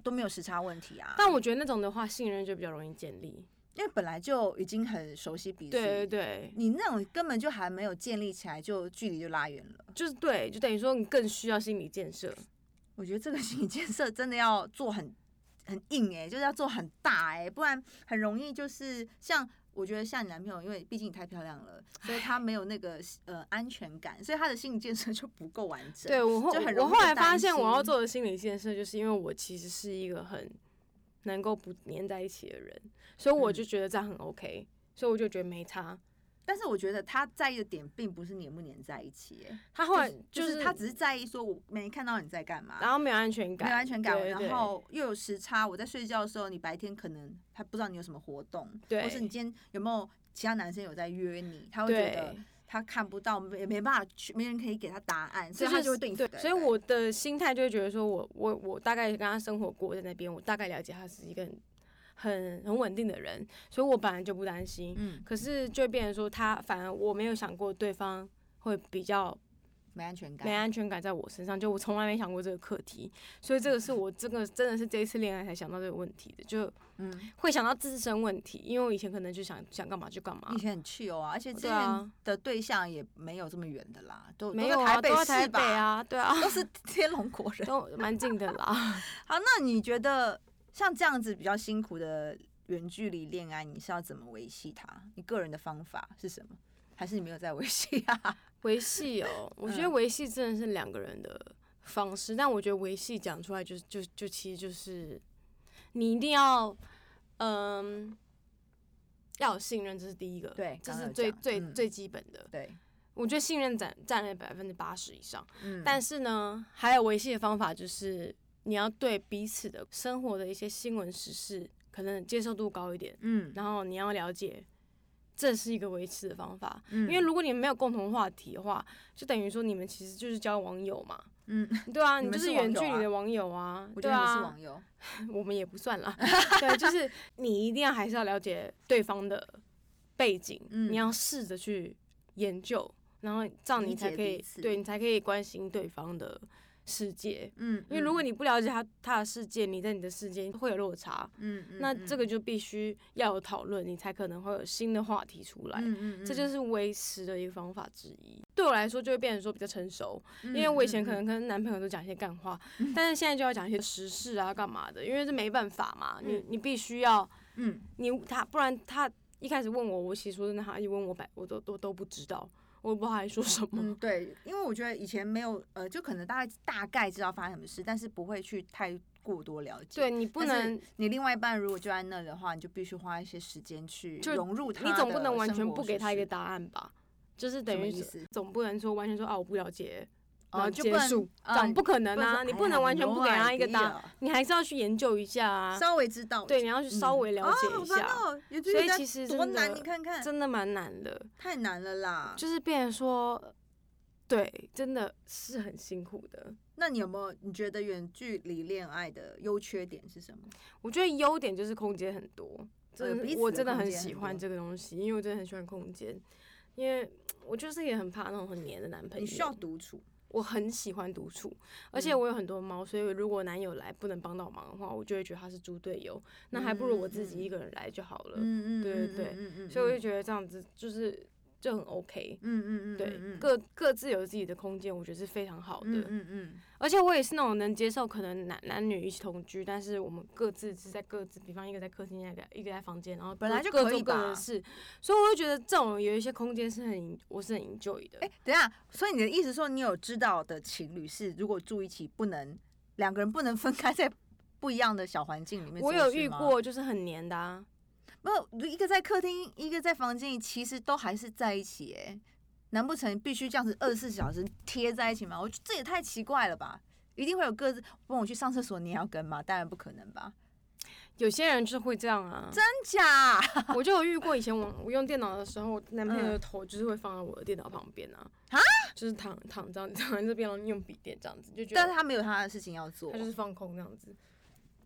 [SPEAKER 1] 都没有时差问题啊，
[SPEAKER 2] 但我觉得那种的话，信任就比较容易建立。
[SPEAKER 1] 因为本来就已经很熟悉彼此，
[SPEAKER 2] 对对对，
[SPEAKER 1] 你那种根本就还没有建立起来，就距离就拉远了。
[SPEAKER 2] 就是对，就等于说你更需要心理建设。
[SPEAKER 1] 我觉得这个心理建设真的要做很很硬哎、就是要做很大哎、不然很容易就是像我觉得像你男朋友，因为毕竟你太漂亮了，所以他没有那个呃安全感，所以他的心理建设就不够完整。
[SPEAKER 2] 对我后
[SPEAKER 1] 就很容
[SPEAKER 2] 我
[SPEAKER 1] 易
[SPEAKER 2] 后来
[SPEAKER 1] 担
[SPEAKER 2] 发现，我要
[SPEAKER 1] 心
[SPEAKER 2] 做的心理建设，就是因为我其实是一个很能够不粘在一起的人，所以我
[SPEAKER 1] 嗯
[SPEAKER 2] 就觉得这样很 OK，、所以我就觉得没差。
[SPEAKER 1] 但是我觉得他在意的点并不是黏不黏在一起，哎
[SPEAKER 2] 他后来、
[SPEAKER 1] 就是是他只是在意说我没看到你在干嘛，
[SPEAKER 2] 然后没有安全
[SPEAKER 1] 没
[SPEAKER 2] 感，
[SPEAKER 1] 有安全感，
[SPEAKER 2] 对对
[SPEAKER 1] 然后又有时差。我在睡觉的时候，你白天可能他不知道你有什么活动，
[SPEAKER 2] 对
[SPEAKER 1] 或是你今天有没有其他男生有在约你，他会觉得
[SPEAKER 2] 对。
[SPEAKER 1] 他看不到，没没办法去，没人可以给他答案，所以
[SPEAKER 2] 是
[SPEAKER 1] 他就会对你负担
[SPEAKER 2] 所以我的心态就会觉得说我我我大概跟他生活过在那边，我大概了解他是一个很很很稳定的人，所以我本来就不担心。
[SPEAKER 1] 嗯，
[SPEAKER 2] 可是就会变成说他，反而我没有想过对方会比较
[SPEAKER 1] 没安全感，
[SPEAKER 2] 没安全感在我身上，就我从来没想过这个课题，所以这个是我这个真的是这一次恋爱才想到这个问题的，就
[SPEAKER 1] 嗯，
[SPEAKER 2] 会想到自身问题，因为我以前可能就想想干嘛就干嘛
[SPEAKER 1] 以，前很去哦，而且之
[SPEAKER 2] 对
[SPEAKER 1] 前
[SPEAKER 2] 啊
[SPEAKER 1] 的对象也没有这么远的啦，都
[SPEAKER 2] 没有啊，
[SPEAKER 1] 都
[SPEAKER 2] 都在
[SPEAKER 1] 在台
[SPEAKER 2] 台
[SPEAKER 1] 市吧
[SPEAKER 2] 北，啊，对啊，
[SPEAKER 1] 都是 <laughs> 天龙国人。
[SPEAKER 2] 都蛮近的啦。
[SPEAKER 1] 好，那你觉得像这样子比较辛苦的远距离恋爱，你是要怎么维系它？你个人的方法是什么？还是你没有在维系
[SPEAKER 2] <laughs>
[SPEAKER 1] 啊？
[SPEAKER 2] 维系哦，我觉得
[SPEAKER 1] 嗯
[SPEAKER 2] 维系真的是两个人的方式，但我觉得维系讲出来就是就就其实就是你一定要嗯、要有信任，这是第一个，
[SPEAKER 1] 对
[SPEAKER 2] 这
[SPEAKER 1] 刚刚
[SPEAKER 2] 是
[SPEAKER 1] 有
[SPEAKER 2] 最
[SPEAKER 1] 讲
[SPEAKER 2] 最
[SPEAKER 1] 嗯
[SPEAKER 2] 最基本的。
[SPEAKER 1] 对，
[SPEAKER 2] 我觉得信任占占了百分之八十以上，
[SPEAKER 1] 嗯，
[SPEAKER 2] 但是呢，还有维系的方法就是你要对彼此的生活的一些新闻时事可能接受度高一点，
[SPEAKER 1] 嗯，
[SPEAKER 2] 然后你要了解，这是一个维持的方法。
[SPEAKER 1] 因
[SPEAKER 2] 因为如果你们没有共同话题的话，就等于说你们其实就是交网友嘛，
[SPEAKER 1] 嗯，
[SPEAKER 2] <laughs> 对啊，
[SPEAKER 1] 你
[SPEAKER 2] 你
[SPEAKER 1] 们
[SPEAKER 2] 就是是
[SPEAKER 1] 网
[SPEAKER 2] 远
[SPEAKER 1] 友
[SPEAKER 2] 距
[SPEAKER 1] 啊
[SPEAKER 2] 离的网友啊，
[SPEAKER 1] 我觉
[SPEAKER 2] 对
[SPEAKER 1] 得你
[SPEAKER 2] 啊，
[SPEAKER 1] 是网友，
[SPEAKER 2] 我们也不算
[SPEAKER 1] <laughs>
[SPEAKER 2] 啦，对，就是你一定要还是要了解对方的背景，
[SPEAKER 1] 嗯
[SPEAKER 2] 你要试着去研究，然后这样
[SPEAKER 1] 理
[SPEAKER 2] 你才
[SPEAKER 1] 解
[SPEAKER 2] 可
[SPEAKER 1] 彼
[SPEAKER 2] 以
[SPEAKER 1] 此
[SPEAKER 2] 对你才可以关心对方的世界。
[SPEAKER 1] 嗯，
[SPEAKER 2] 因为如果
[SPEAKER 1] 你，
[SPEAKER 2] 你不了解他他的世界，你在你的世界会有落差，
[SPEAKER 1] 嗯，嗯
[SPEAKER 2] 那这，
[SPEAKER 1] 嗯
[SPEAKER 2] 个就必须要有讨论，你才可能会有新的话题出来。
[SPEAKER 1] 嗯嗯
[SPEAKER 2] 这就
[SPEAKER 1] 嗯
[SPEAKER 2] 是维持的一个方法之一。对我来说，就会变成说比较成熟，因为
[SPEAKER 1] 嗯
[SPEAKER 2] 我以前
[SPEAKER 1] 嗯
[SPEAKER 2] 可能跟男朋友都讲一些干话，但是现在就要讲一些时事啊，干嘛的，因为这没办法嘛，你
[SPEAKER 1] 嗯
[SPEAKER 2] 你必须要
[SPEAKER 1] 嗯，
[SPEAKER 2] 你他，不然他一开始问我，我其实说真的，他一问我百，我都都都不知道，我也不知道他在说什
[SPEAKER 1] 嗯，
[SPEAKER 2] 么。
[SPEAKER 1] 对，因为我觉得以前没有，呃，就可能大概大概知道发生什么事，但是不会去太过多了解。
[SPEAKER 2] 对，你不
[SPEAKER 1] 但是
[SPEAKER 2] 能，
[SPEAKER 1] 你另外一半如果就在那的话，你就必须花一些时间去
[SPEAKER 2] 就
[SPEAKER 1] 融入他。
[SPEAKER 2] 你总不能完全不给他一个，答案吧？就是等
[SPEAKER 1] 么
[SPEAKER 2] 于
[SPEAKER 1] 意
[SPEAKER 2] 是
[SPEAKER 1] 思
[SPEAKER 2] 总不能说完全说啊我不了解，
[SPEAKER 1] 哦，
[SPEAKER 2] 然后
[SPEAKER 1] 就
[SPEAKER 2] 结
[SPEAKER 1] 不能
[SPEAKER 2] 束，
[SPEAKER 1] 呃
[SPEAKER 2] 这样不可能
[SPEAKER 1] 能说
[SPEAKER 2] 啊！你
[SPEAKER 1] 哎
[SPEAKER 2] 不
[SPEAKER 1] 呀
[SPEAKER 2] 能完全
[SPEAKER 1] no
[SPEAKER 2] 不给他一个答案，
[SPEAKER 1] idea
[SPEAKER 2] 你还是要去研究一下啊。
[SPEAKER 1] 稍微知道。
[SPEAKER 2] 对，你要去稍
[SPEAKER 1] 嗯
[SPEAKER 2] 微了
[SPEAKER 1] 哦
[SPEAKER 2] 解
[SPEAKER 1] 好
[SPEAKER 2] 一
[SPEAKER 1] 烦
[SPEAKER 2] 下，
[SPEAKER 1] 哦有这
[SPEAKER 2] 所以
[SPEAKER 1] 个
[SPEAKER 2] 其实
[SPEAKER 1] 多
[SPEAKER 2] 真
[SPEAKER 1] 难，
[SPEAKER 2] 的
[SPEAKER 1] 你看看，
[SPEAKER 2] 真的蛮难的。
[SPEAKER 1] 太难了啦。
[SPEAKER 2] 就是变成说，对，真的是很辛苦的。
[SPEAKER 1] 那你有没有你觉得远距离恋爱的优缺点是什么？
[SPEAKER 2] 我觉得优点就是空间很多，真
[SPEAKER 1] 呃彼
[SPEAKER 2] 的
[SPEAKER 1] 此
[SPEAKER 2] 我
[SPEAKER 1] 的
[SPEAKER 2] 真的
[SPEAKER 1] 空
[SPEAKER 2] 很
[SPEAKER 1] 间
[SPEAKER 2] 喜
[SPEAKER 1] 很
[SPEAKER 2] 欢
[SPEAKER 1] 多
[SPEAKER 2] 这个东西，因为我真的很喜欢空间，因为我就是也很怕那种很黏的男朋
[SPEAKER 1] 你需要
[SPEAKER 2] 友。
[SPEAKER 1] 独处，
[SPEAKER 2] 我很喜欢独处，而且
[SPEAKER 1] 嗯
[SPEAKER 2] 我有很多猫，所以如果男友来不能帮到忙的话，我就会觉得他是猪队友，那还不如我自己一个人来就好了。
[SPEAKER 1] 嗯
[SPEAKER 2] 对对对
[SPEAKER 1] 嗯嗯
[SPEAKER 2] 所以我就
[SPEAKER 1] 得，
[SPEAKER 2] 觉得这样子就是就很 OK。
[SPEAKER 1] 嗯嗯嗯，
[SPEAKER 2] 对
[SPEAKER 1] 嗯，
[SPEAKER 2] 各各自有自己的空间，我觉得是非常好的。
[SPEAKER 1] 嗯嗯嗯，
[SPEAKER 2] 而且我也是那种能接受，可能男男女一起同居，但是我们各自是在各自，比方一个在客厅，一个一个在房间，然后
[SPEAKER 1] 本来
[SPEAKER 2] 各
[SPEAKER 1] 就
[SPEAKER 2] 各
[SPEAKER 1] 可
[SPEAKER 2] 做
[SPEAKER 1] 以
[SPEAKER 2] 各
[SPEAKER 1] 吧
[SPEAKER 2] 的事，所以我会觉得这种有一些空间是很我是很 enjoy 的。
[SPEAKER 1] 哎、等一下，所以你的意思说，你有知道的情侣是如果住一起不能两个人不能分开在不一样的小环境里面，
[SPEAKER 2] 我有遇，过就是很黏的啊，
[SPEAKER 1] 没有一个在客厅，一个在房间里，其实都还是在一起、哎，难不成必须这样子二十四小时贴在一起吗？我觉得这也太奇怪了吧！一定会有各自问我去上厕所，你也要跟吗？当然不可能吧？
[SPEAKER 2] 有些人就是会这样啊。
[SPEAKER 1] 真假？
[SPEAKER 2] 我就有遇过，以前我我用电脑的时候，我男朋友
[SPEAKER 1] 嗯
[SPEAKER 2] 的头就是会放在我的电脑旁边啊，
[SPEAKER 1] 啊
[SPEAKER 2] 就是躺躺这样躺在这边，然后用笔电这样子，就觉
[SPEAKER 1] 但
[SPEAKER 2] 得
[SPEAKER 1] 是他没有他的事情要做
[SPEAKER 2] 他，就是放空这样子，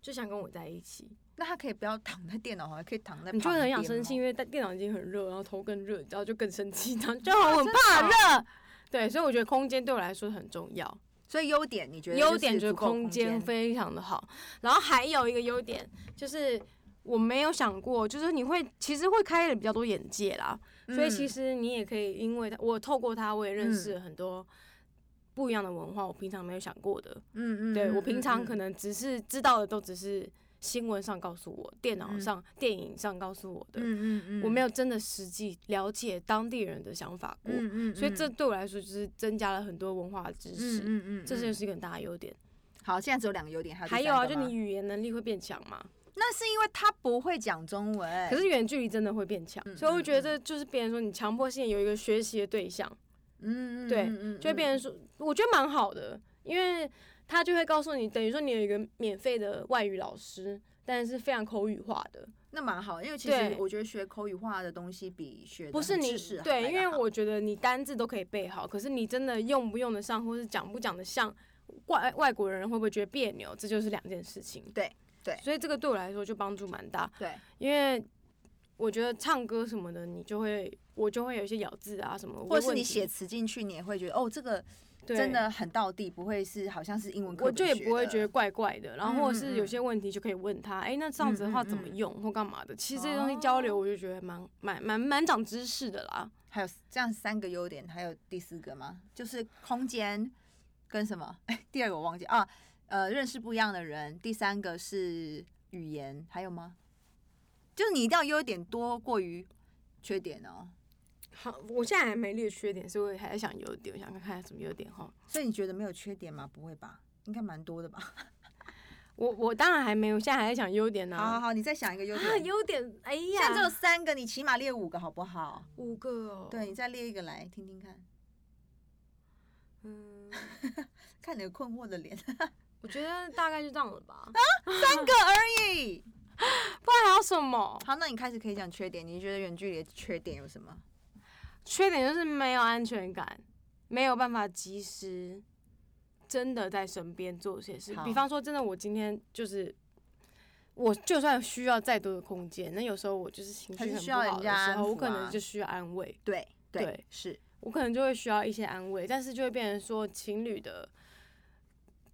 [SPEAKER 2] 就想跟我在一起。
[SPEAKER 1] 那他可以不要躺在电脑上，可以躺在
[SPEAKER 2] 你就
[SPEAKER 1] 旁
[SPEAKER 2] 会很想
[SPEAKER 1] 边哦
[SPEAKER 2] 生气，
[SPEAKER 1] 吗
[SPEAKER 2] 因为电电脑已经很热，然后头更热，然后就更生气，然后 <laughs> 就很怕热。对，所以我觉得空间对我来说很重要。
[SPEAKER 1] 所以优点你觉得
[SPEAKER 2] 优点就是是
[SPEAKER 1] 足够
[SPEAKER 2] 空间非常的好，然后还有一个优点就是我没有想过，就是你会其实会开的比较多眼界啦。所以其
[SPEAKER 1] 嗯
[SPEAKER 2] 实你也可以，因为它我透过它，我也认识了很多不一样的文化，我平常没有想过的。
[SPEAKER 1] 嗯嗯，
[SPEAKER 2] 对我
[SPEAKER 1] 嗯
[SPEAKER 2] 平常可
[SPEAKER 1] 嗯
[SPEAKER 2] 能只是知道的都只是新闻上告诉我，电脑
[SPEAKER 1] 嗯
[SPEAKER 2] 上、电影上告诉我的。
[SPEAKER 1] 嗯嗯嗯，
[SPEAKER 2] 我没
[SPEAKER 1] 有
[SPEAKER 2] 有真的实际了解当地人的想法过，
[SPEAKER 1] 嗯嗯，
[SPEAKER 2] 所以这
[SPEAKER 1] 嗯
[SPEAKER 2] 对我来说就是增加了很多文化知识，
[SPEAKER 1] 嗯嗯，
[SPEAKER 2] 这
[SPEAKER 1] 嗯
[SPEAKER 2] 就是一个很大的优点。
[SPEAKER 1] 好，现在只有两个优点，还有
[SPEAKER 2] 还
[SPEAKER 1] 第
[SPEAKER 2] 有
[SPEAKER 1] 三
[SPEAKER 2] 啊，
[SPEAKER 1] 个
[SPEAKER 2] 就
[SPEAKER 1] 吗
[SPEAKER 2] 你语言能力会变强嘛，
[SPEAKER 1] 那是因为他不会讲中文，
[SPEAKER 2] 可是远距离真的会变强，
[SPEAKER 1] 嗯
[SPEAKER 2] 所以我
[SPEAKER 1] 嗯
[SPEAKER 2] 觉得这就是别人说你强迫性有一个学习的对象，
[SPEAKER 1] 嗯嗯
[SPEAKER 2] 对
[SPEAKER 1] 嗯
[SPEAKER 2] 就会变成说，我觉得蛮好的，因为他就会告诉你，等于说你有一个免费的外语老师，但是非常口语化的，
[SPEAKER 1] 那蛮好，因为其实
[SPEAKER 2] 对
[SPEAKER 1] 我觉得学口语化的东西比学
[SPEAKER 2] 不
[SPEAKER 1] 的
[SPEAKER 2] 是
[SPEAKER 1] 知
[SPEAKER 2] 你
[SPEAKER 1] 识还
[SPEAKER 2] 对，
[SPEAKER 1] 来
[SPEAKER 2] 因
[SPEAKER 1] 得
[SPEAKER 2] 为
[SPEAKER 1] 好
[SPEAKER 2] 我觉得你单字都可以背好，可是你真的用不用得上，或是讲不讲得像外外国人会不会觉得别扭，这就是两件事情。
[SPEAKER 1] 对，对
[SPEAKER 2] 所以这个对我来说就帮助蛮大，
[SPEAKER 1] 对，
[SPEAKER 2] 因为我觉得唱歌什么的，你就会我就会有一些咬字啊什么，
[SPEAKER 1] 或
[SPEAKER 2] 或
[SPEAKER 1] 者是你写词进去，你也会觉得哦，这个
[SPEAKER 2] 对
[SPEAKER 1] 真的很到地，不会是好像是英文课
[SPEAKER 2] 我
[SPEAKER 1] 本
[SPEAKER 2] 就也
[SPEAKER 1] 学
[SPEAKER 2] 不会
[SPEAKER 1] 的
[SPEAKER 2] 觉得怪怪的，然
[SPEAKER 1] 嗯
[SPEAKER 2] 后或
[SPEAKER 1] 嗯
[SPEAKER 2] 者是
[SPEAKER 1] 嗯
[SPEAKER 2] 有些问题就可以问他，哎、那这样子的话怎么
[SPEAKER 1] 嗯嗯嗯哦
[SPEAKER 2] 用或干嘛的？其实这些东西交流，我就觉得蛮蛮蛮蛮长知识的啦。
[SPEAKER 1] 还有这样三个优点，还有第四个吗？就是空间跟什么？ <laughs> 哎，第二个我忘记啊，呃，认识不一样的人。第三个是语言，还有吗？就是你一定要优点多过于缺点哦。
[SPEAKER 2] 好，我现在还没列缺点，所以我还在想优点，我想看看什么优点哈。
[SPEAKER 1] 所以你觉得没有缺点吗？不会吧？应该蛮多的吧？
[SPEAKER 2] 我我当然还没有，现在还在想优点呢、
[SPEAKER 1] 好好好，你再想一个优点。
[SPEAKER 2] 啊，优点，哎呀，
[SPEAKER 1] 现在只有三个，你起码列五个好不好？
[SPEAKER 2] 五个哦。
[SPEAKER 1] 对，你，再列一个来听听看，
[SPEAKER 2] 嗯，
[SPEAKER 1] 看你的困惑的
[SPEAKER 2] <laughs>
[SPEAKER 1] 脸，三
[SPEAKER 2] 我觉得大概就这样了吧。
[SPEAKER 1] 个而已。
[SPEAKER 2] 不然还有什么？
[SPEAKER 1] 好，那你开始可以讲缺点。你觉得远距离的缺点有什么？
[SPEAKER 2] 缺点就是没有安全感，没有办法及时真的在身边做些事
[SPEAKER 1] 好。
[SPEAKER 2] 比方说，真的我今天就是。我就算需要再多的空间，那有时候我就是情
[SPEAKER 1] 还
[SPEAKER 2] 绪
[SPEAKER 1] 是
[SPEAKER 2] 很
[SPEAKER 1] 需
[SPEAKER 2] 不
[SPEAKER 1] 要人
[SPEAKER 2] 好的
[SPEAKER 1] 家
[SPEAKER 2] 时
[SPEAKER 1] 安
[SPEAKER 2] 候，我
[SPEAKER 1] 抚
[SPEAKER 2] 可
[SPEAKER 1] 啊
[SPEAKER 2] 能就需要安慰，
[SPEAKER 1] 对
[SPEAKER 2] 对
[SPEAKER 1] 是，
[SPEAKER 2] 我可能就会需要一些安慰，但是就会变成说情侣的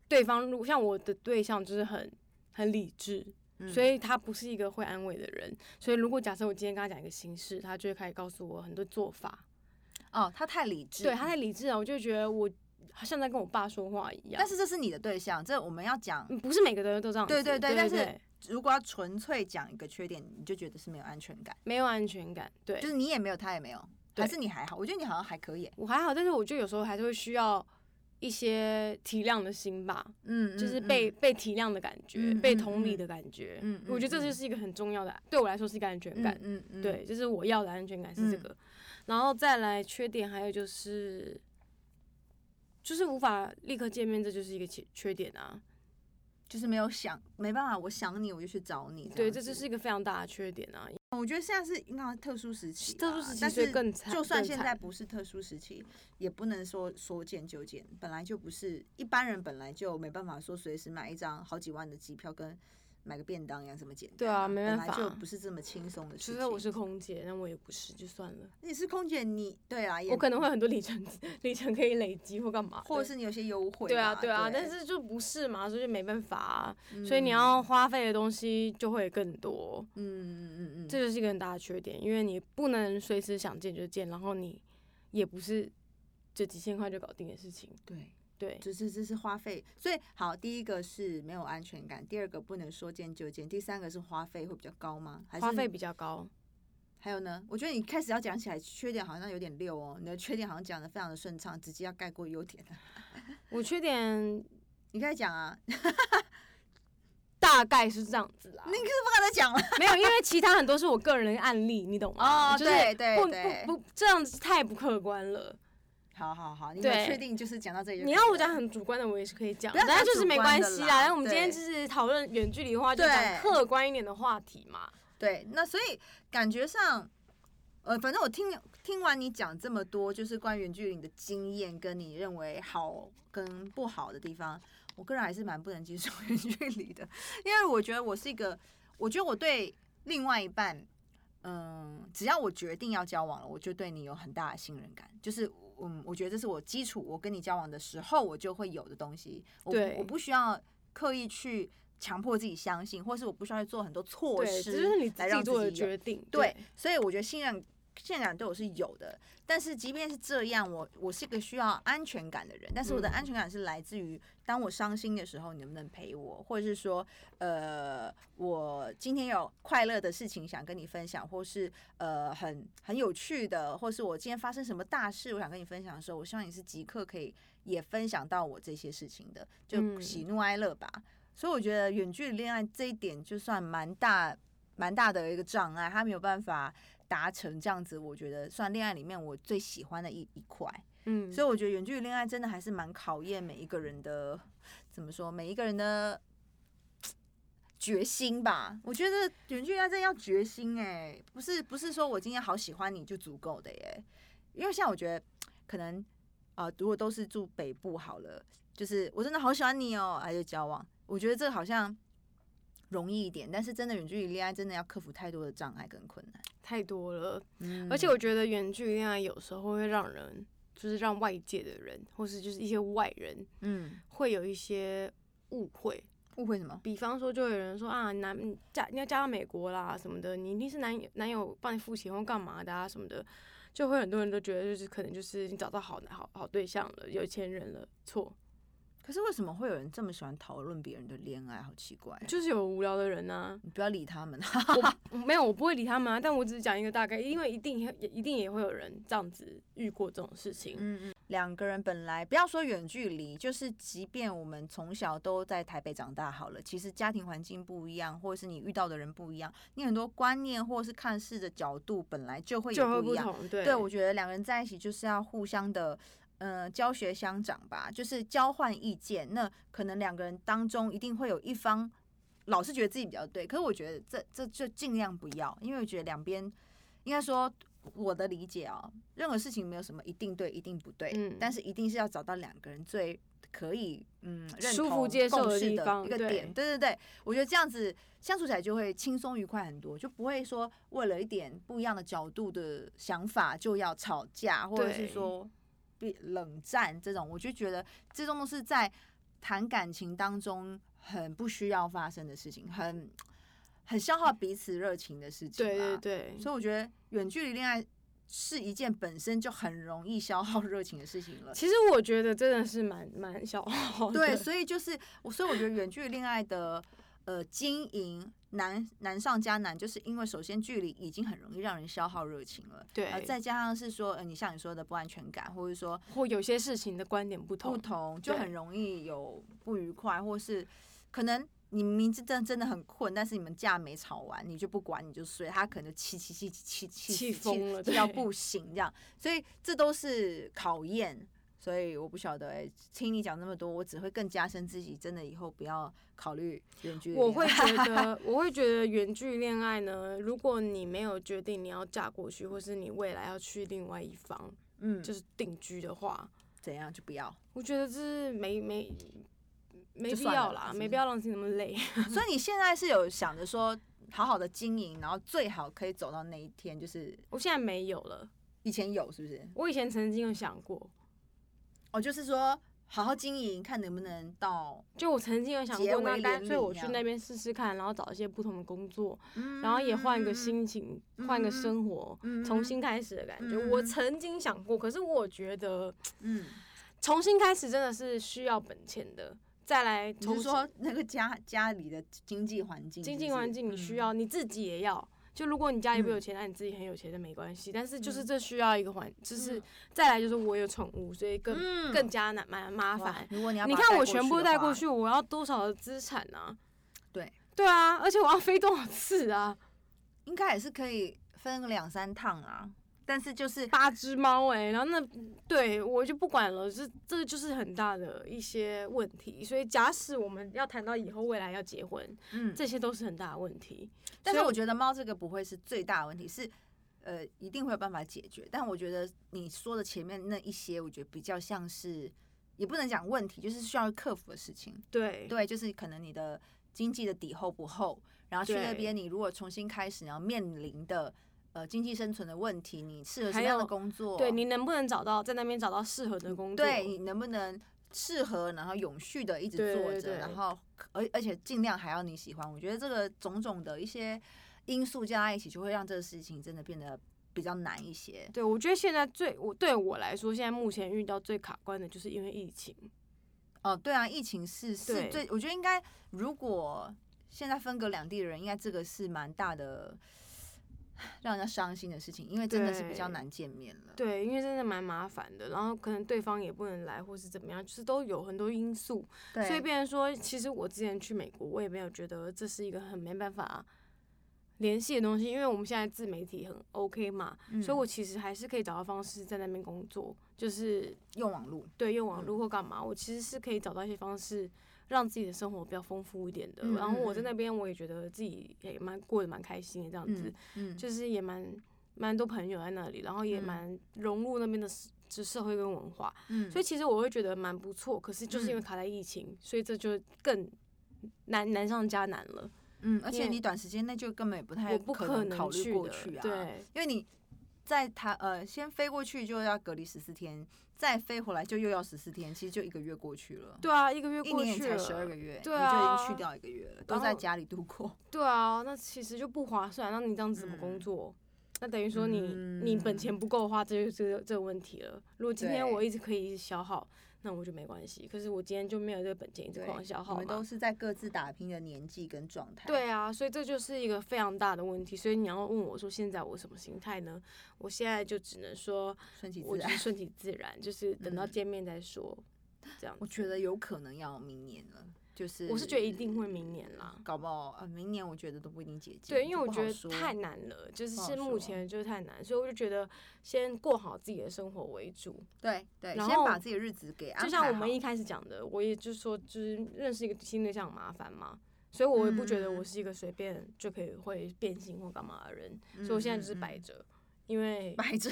[SPEAKER 2] 对方，如像我的对象就是很很理智，
[SPEAKER 1] 嗯
[SPEAKER 2] 所以他不是一个会安慰的人。所以如果假设我今天跟他讲一个心事，他就会开始告诉我很多做法，
[SPEAKER 1] 哦，他太理智，
[SPEAKER 2] 对他。太理智啊了，我就觉得我好像在跟我爸说话一样。
[SPEAKER 1] 但是这是你的对象，这我们要讲。
[SPEAKER 2] 嗯不是每个人都这样子，
[SPEAKER 1] 对对
[SPEAKER 2] 对
[SPEAKER 1] 对但
[SPEAKER 2] 对
[SPEAKER 1] 是如果要纯粹讲一个缺点，你就觉得是没有安全感，
[SPEAKER 2] 没有安全感，对，
[SPEAKER 1] 就是你也没有，他也没有，
[SPEAKER 2] 对
[SPEAKER 1] 还是你还好？我觉得你好像还可以。
[SPEAKER 2] 我还好，但是我就有时候还是会需要一些体谅的心吧，
[SPEAKER 1] 嗯，
[SPEAKER 2] 就是
[SPEAKER 1] 嗯
[SPEAKER 2] 被、被体谅的感觉，
[SPEAKER 1] 嗯
[SPEAKER 2] 被
[SPEAKER 1] 嗯
[SPEAKER 2] 同
[SPEAKER 1] 嗯
[SPEAKER 2] 理的感觉。
[SPEAKER 1] 嗯嗯
[SPEAKER 2] 我觉得这
[SPEAKER 1] 嗯
[SPEAKER 2] 就是一个很重要的，对我来说是一个安全感。
[SPEAKER 1] 嗯嗯，
[SPEAKER 2] 对，就是我要的安全感是这
[SPEAKER 1] 嗯
[SPEAKER 2] 个。然后再来缺点，还有就是就是无法立刻见面，这就是一个缺缺点啊。
[SPEAKER 1] 就是没有想，没办法，我想你，我就去找你。
[SPEAKER 2] 对，
[SPEAKER 1] 样
[SPEAKER 2] 这就
[SPEAKER 1] 子
[SPEAKER 2] 是一个非常大的缺点啊。
[SPEAKER 1] 我觉得现在是应该是特殊时期啦，
[SPEAKER 2] 特殊时期
[SPEAKER 1] 但
[SPEAKER 2] 所以
[SPEAKER 1] 是
[SPEAKER 2] 更惨
[SPEAKER 1] 就算
[SPEAKER 2] 更
[SPEAKER 1] 现
[SPEAKER 2] 惨
[SPEAKER 1] 在不是特殊时期，也不能说说见就见，本来就不是一般人，本来就没办法说随时买一张好几万的机票跟买个便当一样这么简单、
[SPEAKER 2] 对啊没
[SPEAKER 1] 本
[SPEAKER 2] 办
[SPEAKER 1] 来就
[SPEAKER 2] 法
[SPEAKER 1] 不是这么轻松的事
[SPEAKER 2] 除
[SPEAKER 1] 情。
[SPEAKER 2] 非我是空姐，那我也不是，就算了。
[SPEAKER 1] 你是空姐，你对啊，也
[SPEAKER 2] 我可能会很多里程 <laughs> 里程可以累积或干嘛的，
[SPEAKER 1] 或者是你有些优惠吧，
[SPEAKER 2] 对啊对
[SPEAKER 1] 对
[SPEAKER 2] 啊，但是就不是嘛，所以就没办法啊。所以你
[SPEAKER 1] 嗯
[SPEAKER 2] 要花费的东西就会更多。
[SPEAKER 1] 嗯嗯嗯嗯，
[SPEAKER 2] 这就是一个很大的缺点，因为你不能随时想见就见，然后你也不是就几千块就搞定的事情。
[SPEAKER 1] 对。
[SPEAKER 2] 对，
[SPEAKER 1] 就是这是花费，所以好，第一个是没有安全感，第二个不能说见就见，第三个是花费会比较高吗？还是
[SPEAKER 2] 花费比较高。
[SPEAKER 1] 还有呢？我觉得你开始要讲起来缺点好像有点溜哦，你的缺点好像讲的非常的顺畅，直接要盖过优点了。啊
[SPEAKER 2] 我缺点
[SPEAKER 1] 你开始讲啊， <laughs> 你
[SPEAKER 2] 大概是这样子啦，
[SPEAKER 1] 可是不敢再讲了。 <laughs>
[SPEAKER 2] 没有，因为其他很多是我个人的案例，你懂吗？
[SPEAKER 1] 哦
[SPEAKER 2] 就是
[SPEAKER 1] 对对
[SPEAKER 2] 不
[SPEAKER 1] 对
[SPEAKER 2] 不不，这样子太不客观了。
[SPEAKER 1] 好好好，你有
[SPEAKER 2] 对
[SPEAKER 1] 确定就是讲到这里就可
[SPEAKER 2] 你
[SPEAKER 1] 以了。啊
[SPEAKER 2] 要我讲很主观的，我也是可以讲，
[SPEAKER 1] 不要
[SPEAKER 2] 但是就是
[SPEAKER 1] 讲主
[SPEAKER 2] 没
[SPEAKER 1] 观
[SPEAKER 2] 关
[SPEAKER 1] 的
[SPEAKER 2] 系
[SPEAKER 1] 啦
[SPEAKER 2] 啦。但我们今天
[SPEAKER 1] 对
[SPEAKER 2] 就是讨论远距离的话，就讲
[SPEAKER 1] 对
[SPEAKER 2] 客观一点的话题嘛。
[SPEAKER 1] 对，那所以感觉上，呃，反正我听听完你讲这么多，就是关于远距离的经验，跟你认为好跟不好的地方，我个人还是蛮不能接受 <laughs> 远距离的，因为我觉得我是一个，我觉得我对另外一半，嗯，只要我决定要交往了，我就对你有很大的信任感，就是。嗯，我觉得这是我基础，我跟你交往的时候我就会有的东西，我不
[SPEAKER 2] 对
[SPEAKER 1] 我不需要刻意去强迫自己相信，或是我不需要去做很多措
[SPEAKER 2] 对，
[SPEAKER 1] 施，
[SPEAKER 2] 这就是你自
[SPEAKER 1] 来让
[SPEAKER 2] 己
[SPEAKER 1] 自
[SPEAKER 2] 做的
[SPEAKER 1] 己有
[SPEAKER 2] 决定。
[SPEAKER 1] 对，所以我觉得信任信任感对我是有的，但是即便是这样，我我是一个需要安全感的人，但是我的
[SPEAKER 2] 嗯
[SPEAKER 1] 安全感是来自于当我伤心的时候，你能不能陪我，或者是说，呃，我今天有快乐的事情想跟你分享，或是呃很很有趣的，或是我今天发生什么大事，我想跟你分享的时候，我希望你是即刻可以也分享到我这些事情的，就
[SPEAKER 2] 嗯
[SPEAKER 1] 喜怒哀乐吧。所以我觉得远距离恋爱这一点就算蛮大蛮大的一个障碍，他没有办法达成这样子，我觉得算恋爱里面我最喜欢的一一块。
[SPEAKER 2] 嗯，
[SPEAKER 1] 所以我觉得远距离恋爱真的还是蛮考验每一个人的，怎么说，每一个人的决心吧。我觉得远距离恋爱真的要决心哎、不是不是说我今天好喜欢你就足够的耶、因为像我觉得可能啊、呃如果都是住北哎部好了，就是我真的好喜欢你哦、还有交往，我觉得这好像。容易一点，但是真的远距离恋爱真的要克服太多的障碍跟困难。
[SPEAKER 2] 太多了。
[SPEAKER 1] 嗯
[SPEAKER 2] 而且我觉得远距离恋爱有时候会让人，就是让外界的人，或是就是一些外人，
[SPEAKER 1] 嗯，
[SPEAKER 2] 会有一些误会。
[SPEAKER 1] 误会什么？
[SPEAKER 2] 比方说，就有人说啊，男你嫁你要嫁到美国啦什么的，你一定是男友男友帮你付钱或干嘛的啊什么的，就会很多人都觉得就是可能就是你找到好好好对象了，有钱人了，错，
[SPEAKER 1] 可是为什么会有人这么喜欢讨论别人的恋爱？好奇怪哦、
[SPEAKER 2] 就是有无聊的人啊。
[SPEAKER 1] 你不要理他们。
[SPEAKER 2] 我没有，我不会理他们啊，但我只是讲一个大概，因为一定也一定也会有人这样子遇过这种事情。
[SPEAKER 1] 嗯嗯， <laughs> 两个人本来不要说远距离，就是即便我们从小都在台北长大好了，其实家庭环境不一样，或者是你遇到的人不一样，你很多观念或是看事的角度本来就会
[SPEAKER 2] 就会
[SPEAKER 1] 有不一样。
[SPEAKER 2] 同，对
[SPEAKER 1] 对，我觉得两个人在一起就是要互相的。呃，教学相长吧，就是交换意见。那可能两个人当中一定会有一方老是觉得自己比较对，可是我觉得这这就尽量不要，因为我觉得两边应该说我的理解哦，任何事情没有什么一定对，一定不对，
[SPEAKER 2] 嗯
[SPEAKER 1] 但是一定是要找到两个人最可以嗯认
[SPEAKER 2] 舒服
[SPEAKER 1] 同
[SPEAKER 2] 接受
[SPEAKER 1] 共
[SPEAKER 2] 的
[SPEAKER 1] 识
[SPEAKER 2] 地
[SPEAKER 1] 的
[SPEAKER 2] 方
[SPEAKER 1] 一个
[SPEAKER 2] 对
[SPEAKER 1] 点。对对对，我觉得这样子相处起来就会轻松愉快很多，就不会说为了一点不一样的角度的想法就要吵架，或者是
[SPEAKER 2] 对
[SPEAKER 1] 说比冷战这种，我就觉得这种都是在谈感情当中很不需要发生的事情，很很消耗彼此热情的事情。
[SPEAKER 2] 对对。对，
[SPEAKER 1] 所以我觉得远距离恋爱是一件本身就很容易消耗热情的事情了。
[SPEAKER 2] 其实我觉得真的是蛮蛮消耗的，
[SPEAKER 1] 对，所以就是我，所以我觉得远距离恋爱的呃经营难难上加难，就是因为首先距离已经很容易让人消耗热情了，
[SPEAKER 2] 对
[SPEAKER 1] 呃，再加上是说，呃，你像你说的不安全感，或者说
[SPEAKER 2] 或有些事情的观点不同，
[SPEAKER 1] 不同，就
[SPEAKER 2] 对
[SPEAKER 1] 很容易有不愉快，或是可能。你明知真真的很困，但是你们架没吵完，你就不管，你就睡，他可能就气气气气气
[SPEAKER 2] 气
[SPEAKER 1] 死
[SPEAKER 2] 疯了
[SPEAKER 1] 气到
[SPEAKER 2] 对
[SPEAKER 1] 不行这样，所以这都是考验。所以我不晓得、欸，听你讲那么多，我只会更加深自己，真的以后不要考虑远距离恋爱。
[SPEAKER 2] 我会觉得，我会觉得远距恋爱呢，如果你没有决定你要嫁过去，或是你未来要去另外一方，
[SPEAKER 1] 嗯，
[SPEAKER 2] 就是定居的话，
[SPEAKER 1] 怎样就不要。
[SPEAKER 2] 我觉得这是没没没
[SPEAKER 1] 就
[SPEAKER 2] 必
[SPEAKER 1] 算了
[SPEAKER 2] 要
[SPEAKER 1] 啦
[SPEAKER 2] 啦
[SPEAKER 1] 是，不
[SPEAKER 2] 没
[SPEAKER 1] 是
[SPEAKER 2] 必要让自己那么累。 <laughs>
[SPEAKER 1] 所以你现在是有想着说，好好的经营，然后最好可以走到那一天，就是
[SPEAKER 2] 我现在没有了，
[SPEAKER 1] 以前有是不是？
[SPEAKER 2] 我以前曾经有想过，
[SPEAKER 1] 哦，就是说好好经营，看能不能到，
[SPEAKER 2] 就我曾经有想
[SPEAKER 1] 结
[SPEAKER 2] 过，
[SPEAKER 1] 为
[SPEAKER 2] 那干
[SPEAKER 1] 连
[SPEAKER 2] 脆
[SPEAKER 1] 理
[SPEAKER 2] 我
[SPEAKER 1] 这
[SPEAKER 2] 去
[SPEAKER 1] 样
[SPEAKER 2] 那边试试看，然后找一些不同的工作，
[SPEAKER 1] 嗯
[SPEAKER 2] 然后也换一个
[SPEAKER 1] 嗯
[SPEAKER 2] 心情，换、一个生活，
[SPEAKER 1] 嗯
[SPEAKER 2] 重新开始的感觉。
[SPEAKER 1] 嗯
[SPEAKER 2] 我曾经想过，可是我觉得
[SPEAKER 1] 嗯，
[SPEAKER 2] 重新开始真的是需要本钱的。再来
[SPEAKER 1] 你是
[SPEAKER 2] 重
[SPEAKER 1] 说那个家家里的经济环境是不是，
[SPEAKER 2] 经济环境，你需
[SPEAKER 1] 嗯
[SPEAKER 2] 要、你自己也要。就如果你家里不有
[SPEAKER 1] 嗯
[SPEAKER 2] 钱，那你自己很有钱那没关系。但是就是
[SPEAKER 1] 嗯
[SPEAKER 2] 这需要一个环，就是
[SPEAKER 1] 嗯
[SPEAKER 2] 再来就是我有宠物，所以更、
[SPEAKER 1] 嗯
[SPEAKER 2] 更加难蛮麻
[SPEAKER 1] 哇
[SPEAKER 2] 烦。
[SPEAKER 1] 如果你要
[SPEAKER 2] 你
[SPEAKER 1] 把它
[SPEAKER 2] 看
[SPEAKER 1] 带
[SPEAKER 2] 我
[SPEAKER 1] 过
[SPEAKER 2] 全
[SPEAKER 1] 去
[SPEAKER 2] 部
[SPEAKER 1] 的
[SPEAKER 2] 带
[SPEAKER 1] 话
[SPEAKER 2] 过，去，我要多少的资产啊？
[SPEAKER 1] 对，
[SPEAKER 2] 对啊，而且我要飞多少次啊？
[SPEAKER 1] 应该也是可以分个两三趟啊。但是就是
[SPEAKER 2] 八只猫哎、然后那对我就不管了，这这就是很大的一些问题。所以假使我们要谈到以后未来要结婚，
[SPEAKER 1] 嗯，
[SPEAKER 2] 这些都是很大的问题。
[SPEAKER 1] 但是
[SPEAKER 2] 所以
[SPEAKER 1] 我觉得猫这个不会是最大的问题，是呃一定会有办法解决。但我觉得你说的前面那一些，我觉得比较像是也不能讲问题，就是需要克服的事情。
[SPEAKER 2] 对
[SPEAKER 1] 对，就是可能你的经济的底厚不厚，然后去那
[SPEAKER 2] 对
[SPEAKER 1] 边你如果重新开始，然后面临的呃经济生存的问题，你适合什么
[SPEAKER 2] 还
[SPEAKER 1] 样的
[SPEAKER 2] 有
[SPEAKER 1] 工作？
[SPEAKER 2] 对你能不能找到在那边找到适合的工作？
[SPEAKER 1] 对你能不能适合，然后永续的一直
[SPEAKER 2] 对
[SPEAKER 1] 做着，
[SPEAKER 2] 对对
[SPEAKER 1] 然后而而且尽量还要你喜欢。我觉得这个种种的一些因素加在一起，就会让这个事情真的变得比较难一些。
[SPEAKER 2] 对我觉得现在最我对我来说，现在目前遇到最卡关的就是因为疫情。
[SPEAKER 1] 哦，对啊，疫情是是
[SPEAKER 2] 对
[SPEAKER 1] 最，我觉得应该如果现在分隔两地的人，应该这个是蛮大的。让人家伤心的事情，因为真的是比较
[SPEAKER 2] 对
[SPEAKER 1] 难见面了。
[SPEAKER 2] 对，因为真的蛮麻烦的，然后可能对方也不能来，或是怎么样，就是都有很多因素。
[SPEAKER 1] 对
[SPEAKER 2] 所以变成说，其实我之前去美国，我也没有觉得这是一个很没办法联系的东西，因为我们现在自媒体很 OK 嘛，所
[SPEAKER 1] 嗯
[SPEAKER 2] 以我其实还是可以找到方式在那边工作，就是
[SPEAKER 1] 用网络，
[SPEAKER 2] 对用网络或干嘛，我其实是可以找到一些方式。让自己的生活比较丰富一点的，
[SPEAKER 1] 嗯
[SPEAKER 2] 然后我在
[SPEAKER 1] 嗯嗯
[SPEAKER 2] 那边我也觉得自己也蛮过得蛮开心的这样子，
[SPEAKER 1] 嗯嗯，
[SPEAKER 2] 就是也蛮蛮多朋友在那里，然后也
[SPEAKER 1] 嗯
[SPEAKER 2] 蛮融入那边的社就社会跟文化，
[SPEAKER 1] 嗯
[SPEAKER 2] 所以其实我会觉得蛮不错。可是就是因为
[SPEAKER 1] 嗯
[SPEAKER 2] 卡在疫情，所以这就更难难上加难了。
[SPEAKER 1] 嗯，而且
[SPEAKER 2] 因为
[SPEAKER 1] 你短时间内就根本也不太
[SPEAKER 2] 我不可
[SPEAKER 1] 能考虑
[SPEAKER 2] 去
[SPEAKER 1] 过
[SPEAKER 2] 的，
[SPEAKER 1] 去啊，，
[SPEAKER 2] 对，
[SPEAKER 1] 因为你在他呃先飞过去就要隔离十四天，再飞回来就又要十四天，其实就一个月过去了，
[SPEAKER 2] 对啊，一个月
[SPEAKER 1] 一
[SPEAKER 2] 过
[SPEAKER 1] 年也
[SPEAKER 2] 去
[SPEAKER 1] 才十二个
[SPEAKER 2] 了，
[SPEAKER 1] 月，
[SPEAKER 2] 对
[SPEAKER 1] 你
[SPEAKER 2] 啊
[SPEAKER 1] 就已经去掉一个月了，都在
[SPEAKER 2] 然后
[SPEAKER 1] 家里度过，
[SPEAKER 2] 对啊，那其实就不划算。那你这样子怎么
[SPEAKER 1] 嗯
[SPEAKER 2] 工作？那等于说你、你本钱
[SPEAKER 1] 嗯
[SPEAKER 2] 不够的话，这就这个这个问题了。如果今天
[SPEAKER 1] 对
[SPEAKER 2] 我一直可以消耗，那我就没关系。可是我今天就没有这个本钱，一直
[SPEAKER 1] 对，
[SPEAKER 2] 狂消
[SPEAKER 1] 你
[SPEAKER 2] 耗
[SPEAKER 1] 们都
[SPEAKER 2] 嘛。
[SPEAKER 1] 是在各自打拼的年纪跟状态，
[SPEAKER 2] 对啊，所以这就是一个非常大的问题。所以你要问我说，现在我什么心态呢？我现在就只能说，
[SPEAKER 1] 顺其
[SPEAKER 2] 我
[SPEAKER 1] 自然
[SPEAKER 2] 就是。顺其自然，就是等到
[SPEAKER 1] 嗯
[SPEAKER 2] 见面再说，这样
[SPEAKER 1] 我
[SPEAKER 2] 子。
[SPEAKER 1] 觉得有可能要明年了，就是
[SPEAKER 2] 我是觉得一定会明年啦。
[SPEAKER 1] 搞不好呃，明年我觉得都不一定解禁。
[SPEAKER 2] 对，因为
[SPEAKER 1] 就
[SPEAKER 2] 我
[SPEAKER 1] 不
[SPEAKER 2] 觉
[SPEAKER 1] 好
[SPEAKER 2] 得
[SPEAKER 1] 说
[SPEAKER 2] 太难了，就是
[SPEAKER 1] 不好
[SPEAKER 2] 是目
[SPEAKER 1] 说
[SPEAKER 2] 前就是太难，所以我就觉得先过好自己的生活为主。
[SPEAKER 1] 对对，
[SPEAKER 2] 然
[SPEAKER 1] 先把
[SPEAKER 2] 后
[SPEAKER 1] 自己的日子给安
[SPEAKER 2] 就像
[SPEAKER 1] 排
[SPEAKER 2] 我们
[SPEAKER 1] 好
[SPEAKER 2] 一开始讲的，我也就是说，就是认识一个新对象很麻烦嘛，所以我也不觉得
[SPEAKER 1] 嗯嗯
[SPEAKER 2] 我是一个随便就可以会变心或干嘛的人，所以我现在就是
[SPEAKER 1] 嗯嗯
[SPEAKER 2] 摆
[SPEAKER 1] 嗯
[SPEAKER 2] 着。因为
[SPEAKER 1] <laughs> 摆着，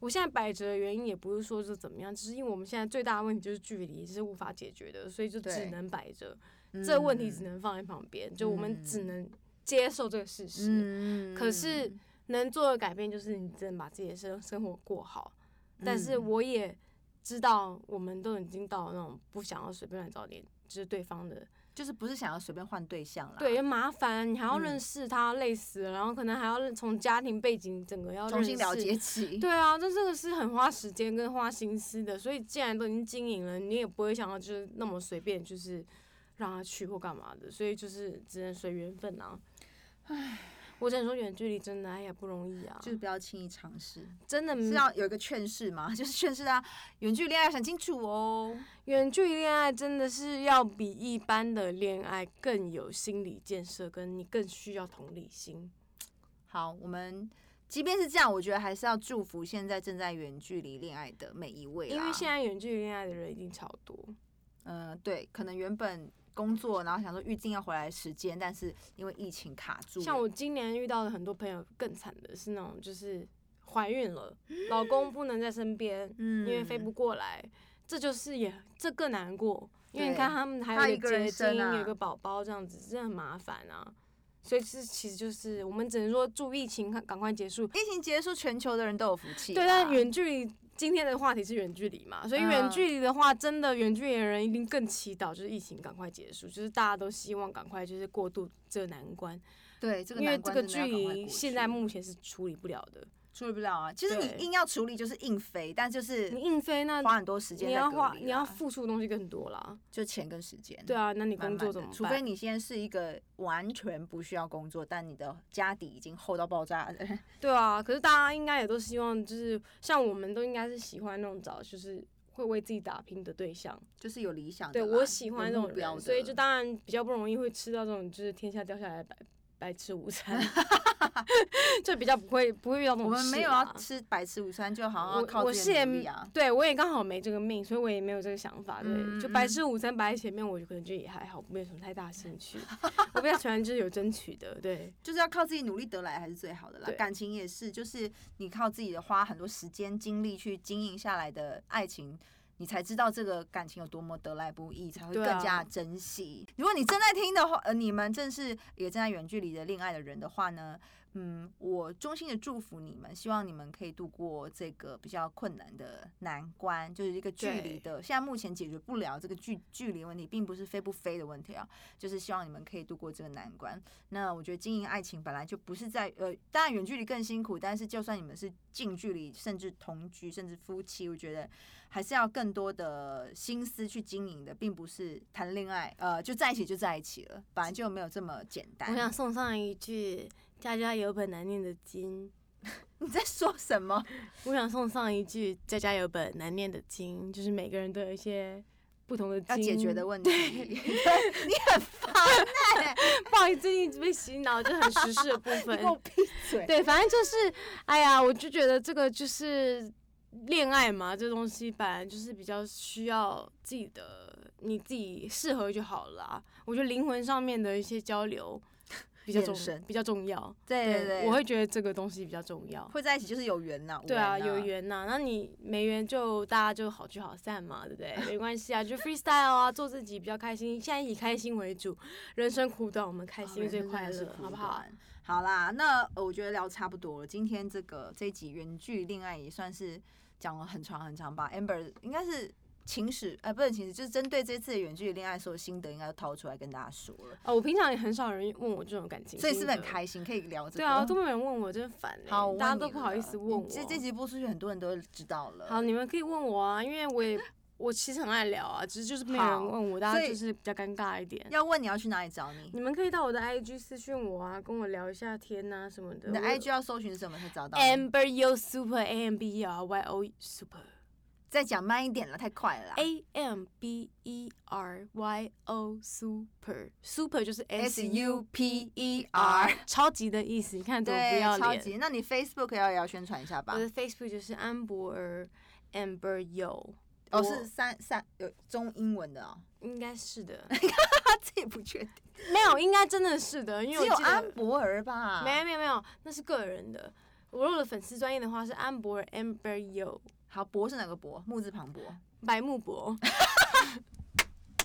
[SPEAKER 2] 我现在摆着的原因也不是说是怎么样，只是因为我们现在最大的问题就是距离是无法解决的，所以就只
[SPEAKER 1] 对
[SPEAKER 2] 能摆着。这个问题只
[SPEAKER 1] 嗯
[SPEAKER 2] 能放在旁边，就我们只
[SPEAKER 1] 嗯
[SPEAKER 2] 能接受这个事实。
[SPEAKER 1] 嗯
[SPEAKER 2] 可是能做的改变就是你真的把自己的生生活过好。但是
[SPEAKER 1] 嗯
[SPEAKER 2] 我也知道，我们都已经到了那种不想要随便来找点，就是对方的，
[SPEAKER 1] 就是不是想要随便换对象啦，
[SPEAKER 2] 对，，麻烦你还要认
[SPEAKER 1] 嗯
[SPEAKER 2] 识他，累死了，然后可能还要认从家庭背景整个要
[SPEAKER 1] 重
[SPEAKER 2] 认
[SPEAKER 1] 新了
[SPEAKER 2] 识。
[SPEAKER 1] 解起，
[SPEAKER 2] 对啊，这这个是很花时间跟花心思的，所以既然都已经经营了，你也不会想要就是那么随便就是让他去或干嘛的，所以就是只能随缘分啊。唉，我只能说远距离真的哎呀不容易啊，
[SPEAKER 1] 就是不要轻易尝试。
[SPEAKER 2] 真的
[SPEAKER 1] 是要有一个劝世吗？ <laughs> 就是劝世啊，远距离恋爱想清楚哦。
[SPEAKER 2] 远距离恋爱真的是要比一般的恋爱更有心理建设，跟你更需要同理心。
[SPEAKER 1] 好，我们即便是这样，我觉得还是要祝福现在正在远距离恋爱的每一位啦。
[SPEAKER 2] 因为现在远距离恋爱的人一定超多，
[SPEAKER 1] 嗯、对，可能原本工作，然后想说预定要回来的时间，但是因为疫情卡住了，
[SPEAKER 2] 像我今年遇到的很多朋友更惨的是那种就是怀孕了，老公不能在身边，
[SPEAKER 1] 嗯
[SPEAKER 2] 因为飞不过来，这就是也这更难过，因为你看
[SPEAKER 1] 对
[SPEAKER 2] 他们
[SPEAKER 1] 他
[SPEAKER 2] 还有
[SPEAKER 1] 一个人
[SPEAKER 2] 结
[SPEAKER 1] 生
[SPEAKER 2] 晶，
[SPEAKER 1] 啊
[SPEAKER 2] 有一个宝宝这样子，真的很麻烦啊。所以是其实就是我们只能说祝疫情赶赶快结束，
[SPEAKER 1] 疫情结束，全球的人都有福气啦。
[SPEAKER 2] 对，但远距离今天的话题是远距离嘛，所以远
[SPEAKER 1] 嗯
[SPEAKER 2] 距离的话，真的远距离的人一定更祈祷，就是疫情赶快结束，就是大家都希望赶快就是过渡这个难关，
[SPEAKER 1] 对这个
[SPEAKER 2] 因为
[SPEAKER 1] 难
[SPEAKER 2] 这
[SPEAKER 1] 关
[SPEAKER 2] 个
[SPEAKER 1] 真的
[SPEAKER 2] 距
[SPEAKER 1] 要赶快
[SPEAKER 2] 离
[SPEAKER 1] 过
[SPEAKER 2] 现
[SPEAKER 1] 去
[SPEAKER 2] 在目前是处理不了的。
[SPEAKER 1] 处理不了啊。其实
[SPEAKER 2] 对
[SPEAKER 1] 你硬要处理就是硬飞，但就是
[SPEAKER 2] 你硬飞那
[SPEAKER 1] 花很多时间
[SPEAKER 2] 你
[SPEAKER 1] 在
[SPEAKER 2] 要
[SPEAKER 1] 隔
[SPEAKER 2] 花
[SPEAKER 1] 离啊
[SPEAKER 2] 你要
[SPEAKER 1] 啦
[SPEAKER 2] 付出的东西更多啦，
[SPEAKER 1] 就钱跟时间。
[SPEAKER 2] 对啊，那你
[SPEAKER 1] 慢
[SPEAKER 2] 工
[SPEAKER 1] 慢的。
[SPEAKER 2] 作怎么办？
[SPEAKER 1] 除非你现在是一个完全不需要工作，但你的家底已经厚到爆炸的人，
[SPEAKER 2] 对啊，可是大家应该也都希望就是像我们都应该是喜欢那种找就是会为自己打拼的对象。
[SPEAKER 1] 就是有理想的
[SPEAKER 2] 对
[SPEAKER 1] 啦。
[SPEAKER 2] 我喜欢
[SPEAKER 1] 有
[SPEAKER 2] 这
[SPEAKER 1] 目
[SPEAKER 2] 种
[SPEAKER 1] 标
[SPEAKER 2] 人，所以
[SPEAKER 1] 的
[SPEAKER 2] 就当然比较不容易会吃到这种就是天下掉下来的白白吃午餐，
[SPEAKER 1] <laughs>
[SPEAKER 2] 就比较不会不会遇到这种
[SPEAKER 1] 我们
[SPEAKER 2] 事
[SPEAKER 1] 没有
[SPEAKER 2] 啦
[SPEAKER 1] 要吃白吃午餐，就好像要
[SPEAKER 2] 啊我
[SPEAKER 1] 靠
[SPEAKER 2] 我
[SPEAKER 1] 自
[SPEAKER 2] 是
[SPEAKER 1] 己
[SPEAKER 2] 也
[SPEAKER 1] 的努力啊。
[SPEAKER 2] 对我也刚好没这个命，所以我也没有这个想法，对，
[SPEAKER 1] 嗯
[SPEAKER 2] 就白
[SPEAKER 1] 嗯
[SPEAKER 2] 吃午餐摆在前面，我就可能就也还好，没有什么太大兴趣。我比较喜欢就是有争取的，对
[SPEAKER 1] 就是要靠自己努力得来还是最好的啦
[SPEAKER 2] 对。
[SPEAKER 1] 感情也是，就是你靠自己的花很多时间精力去经营下来的爱情。你才知道这个感情有多么得来不易，才会
[SPEAKER 2] 对
[SPEAKER 1] 更
[SPEAKER 2] 啊
[SPEAKER 1] 加珍惜。如果你正在听的话，呃，你们正是也正在远距离的恋爱的人的话呢，嗯，我衷心的祝福你们，希望你们可以度过这个比较困难的难关，就是一个距离
[SPEAKER 2] 对
[SPEAKER 1] 的。现在目前解决不了这个距距离问题，并不是飞不飞的问题啊，就是希望你们可以度过这个难关。那我觉得经营爱情本来就不是在呃，当然远距离更辛苦，但是就算你们是近距离，甚至同居，甚至夫妻，我觉得还是要更多的心思去经营的，并不是谈恋爱呃就在一起就在一起了，本来就没有这么简单。
[SPEAKER 2] 我想送上一句“家家有本难念的经
[SPEAKER 1] <laughs> 你在说什么？”，
[SPEAKER 2] 我想送上一句“家家有本难念的经”，就是每个人都有一些不同的
[SPEAKER 1] 要解决
[SPEAKER 2] 经
[SPEAKER 1] 的问题， <laughs> 你很烦，
[SPEAKER 2] 不好意思，最近被洗脑，就很时事的部
[SPEAKER 1] 你
[SPEAKER 2] <laughs> 分
[SPEAKER 1] 给。我闭嘴。
[SPEAKER 2] 对，反正就是，哎呀，我就觉得这个就是恋爱嘛，这东西本来就是比较需要自己的，你自己适合就好了啊、我觉得灵魂上面的一些交流，比较
[SPEAKER 1] 眼
[SPEAKER 2] 重
[SPEAKER 1] 神
[SPEAKER 2] 比较重要。
[SPEAKER 1] 对对对，
[SPEAKER 2] 我会觉得这个东西比较重要。
[SPEAKER 1] 会在一起就是有缘呐、
[SPEAKER 2] 对
[SPEAKER 1] 无
[SPEAKER 2] 啊，有
[SPEAKER 1] 呐。
[SPEAKER 2] 缘呐、那你没缘就大家就好聚好散嘛，对不对？没关系啊，就 freestyle 啊，做自己比较开心。现在以开心为主，人生苦短，我们开
[SPEAKER 1] 哦
[SPEAKER 2] 心最快乐，好不？好
[SPEAKER 1] 人生真的是苦？短好啦，那呃我觉得聊差不多了。今天这个这一集远距恋爱也算是讲了很长很长吧。Amber 应该是情史，呃，不是情史，就是针对这次的远距离恋爱所有心得，应该都掏出来跟大家说了。
[SPEAKER 2] 哦，我平常也很少人问我这种感情心得，
[SPEAKER 1] 所以是不是很开心可以聊这个？
[SPEAKER 2] 对啊，都没有人问我，真烦、欸。
[SPEAKER 1] 好，我问
[SPEAKER 2] 大家
[SPEAKER 1] 你
[SPEAKER 2] 都不好意思
[SPEAKER 1] 了
[SPEAKER 2] 问我。
[SPEAKER 1] 你这这集播出去，很多人都知道了。
[SPEAKER 2] 好，你们可以问我啊，因为我也我其实很爱聊啊，只是就是没有
[SPEAKER 1] 好
[SPEAKER 2] 人问我，大
[SPEAKER 1] 所
[SPEAKER 2] 家
[SPEAKER 1] 以
[SPEAKER 2] 就是比较尴尬一点。
[SPEAKER 1] 要问你要去哪里找你？
[SPEAKER 2] 你们可以到我的 IG 私讯我啊，跟我聊一下天呐、什么的。
[SPEAKER 1] 你的
[SPEAKER 2] 我
[SPEAKER 1] IG 要搜寻什么才找到你？
[SPEAKER 2] Amber Yo Super A M B E R Y O Super
[SPEAKER 1] 再讲慢一点了，太快了啦。
[SPEAKER 2] A M B E R Y O Super Super 就是
[SPEAKER 1] S
[SPEAKER 2] S
[SPEAKER 1] U
[SPEAKER 2] U
[SPEAKER 1] P E R
[SPEAKER 2] R 超级的意思，你看多不
[SPEAKER 1] 对
[SPEAKER 2] 要，
[SPEAKER 1] 超
[SPEAKER 2] 脸。
[SPEAKER 1] 级。那你 Facebook 要也要宣传一下吧
[SPEAKER 2] 我？的 Facebook 就是安博尔 Amber Yo，
[SPEAKER 1] 哦，
[SPEAKER 2] 我
[SPEAKER 1] 是三三有中英文的哦，
[SPEAKER 2] 应该
[SPEAKER 1] <laughs>
[SPEAKER 2] 是的，
[SPEAKER 1] 他 <laughs> 自己不确定，
[SPEAKER 2] 没有，应该真的是的，因为
[SPEAKER 1] 只
[SPEAKER 2] 我
[SPEAKER 1] 有
[SPEAKER 2] 记得
[SPEAKER 1] 安博尔吧？
[SPEAKER 2] 没有没有没有，那是个人的。我如果粉丝专业的话是安博尔 Amber Yo，
[SPEAKER 1] 好，博是哪个博？木字旁博。
[SPEAKER 2] 白
[SPEAKER 1] <laughs>
[SPEAKER 2] 木博。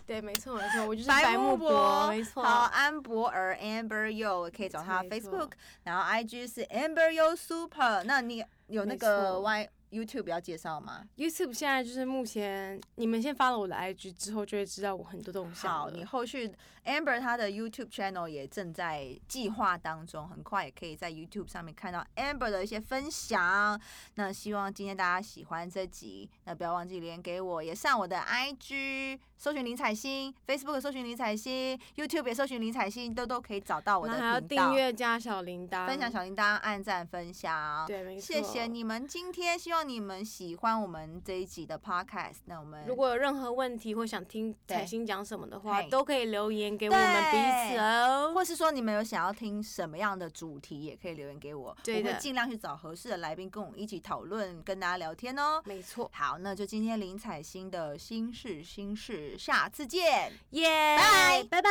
[SPEAKER 2] 对，没错没错，我就是木
[SPEAKER 1] 木
[SPEAKER 2] 博，没错。
[SPEAKER 1] 好，安博尔 Amber Yo 可以找他
[SPEAKER 2] 没错
[SPEAKER 1] Facebook，然后 IG 是 Amber Yo Super。那你有那
[SPEAKER 2] 没
[SPEAKER 1] 个
[SPEAKER 2] 错
[SPEAKER 1] Y YouTube 要介绍吗？
[SPEAKER 2] YouTube 现在就是目前，你们先发了我的 IG 之后，就会知道我很多动向
[SPEAKER 1] 好，
[SPEAKER 2] 了
[SPEAKER 1] 你后续 Amber 她的 YouTube channel 也正在计划当中，很快也可以在 YouTube 上面看到 Amber 的一些分享。那希望今天大家喜欢这集，那不要忘记留言给我，也上我的 IG 搜寻林采欣，Facebook 搜寻林采欣，YouTube 也搜寻林采欣，都都可以找到我
[SPEAKER 2] 然
[SPEAKER 1] 的
[SPEAKER 2] 后还要
[SPEAKER 1] 频道
[SPEAKER 2] 订。阅加小铃铛，
[SPEAKER 1] 分享小铃铛，按赞分享，
[SPEAKER 2] 对，没错。
[SPEAKER 1] 谢谢。你们今天，希望你们喜欢我们这一集的 podcast。那我们
[SPEAKER 2] 如果有任何问题或想听
[SPEAKER 1] 对
[SPEAKER 2] 彩星讲什么的话，
[SPEAKER 1] 嘿
[SPEAKER 2] 都可以留言给我们彼
[SPEAKER 1] 对
[SPEAKER 2] 此哦。
[SPEAKER 1] 或是说你们有想要听什么样的主题，也可以留言给我，
[SPEAKER 2] 对
[SPEAKER 1] 我会
[SPEAKER 2] 的
[SPEAKER 1] 尽量去找合适的来宾跟我一起讨论，跟大家聊天哦。
[SPEAKER 2] 没错，
[SPEAKER 1] 好，那就今天林采欣的心事心事，下次见。
[SPEAKER 2] 耶，
[SPEAKER 1] 拜
[SPEAKER 2] 拜拜。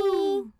[SPEAKER 1] 呜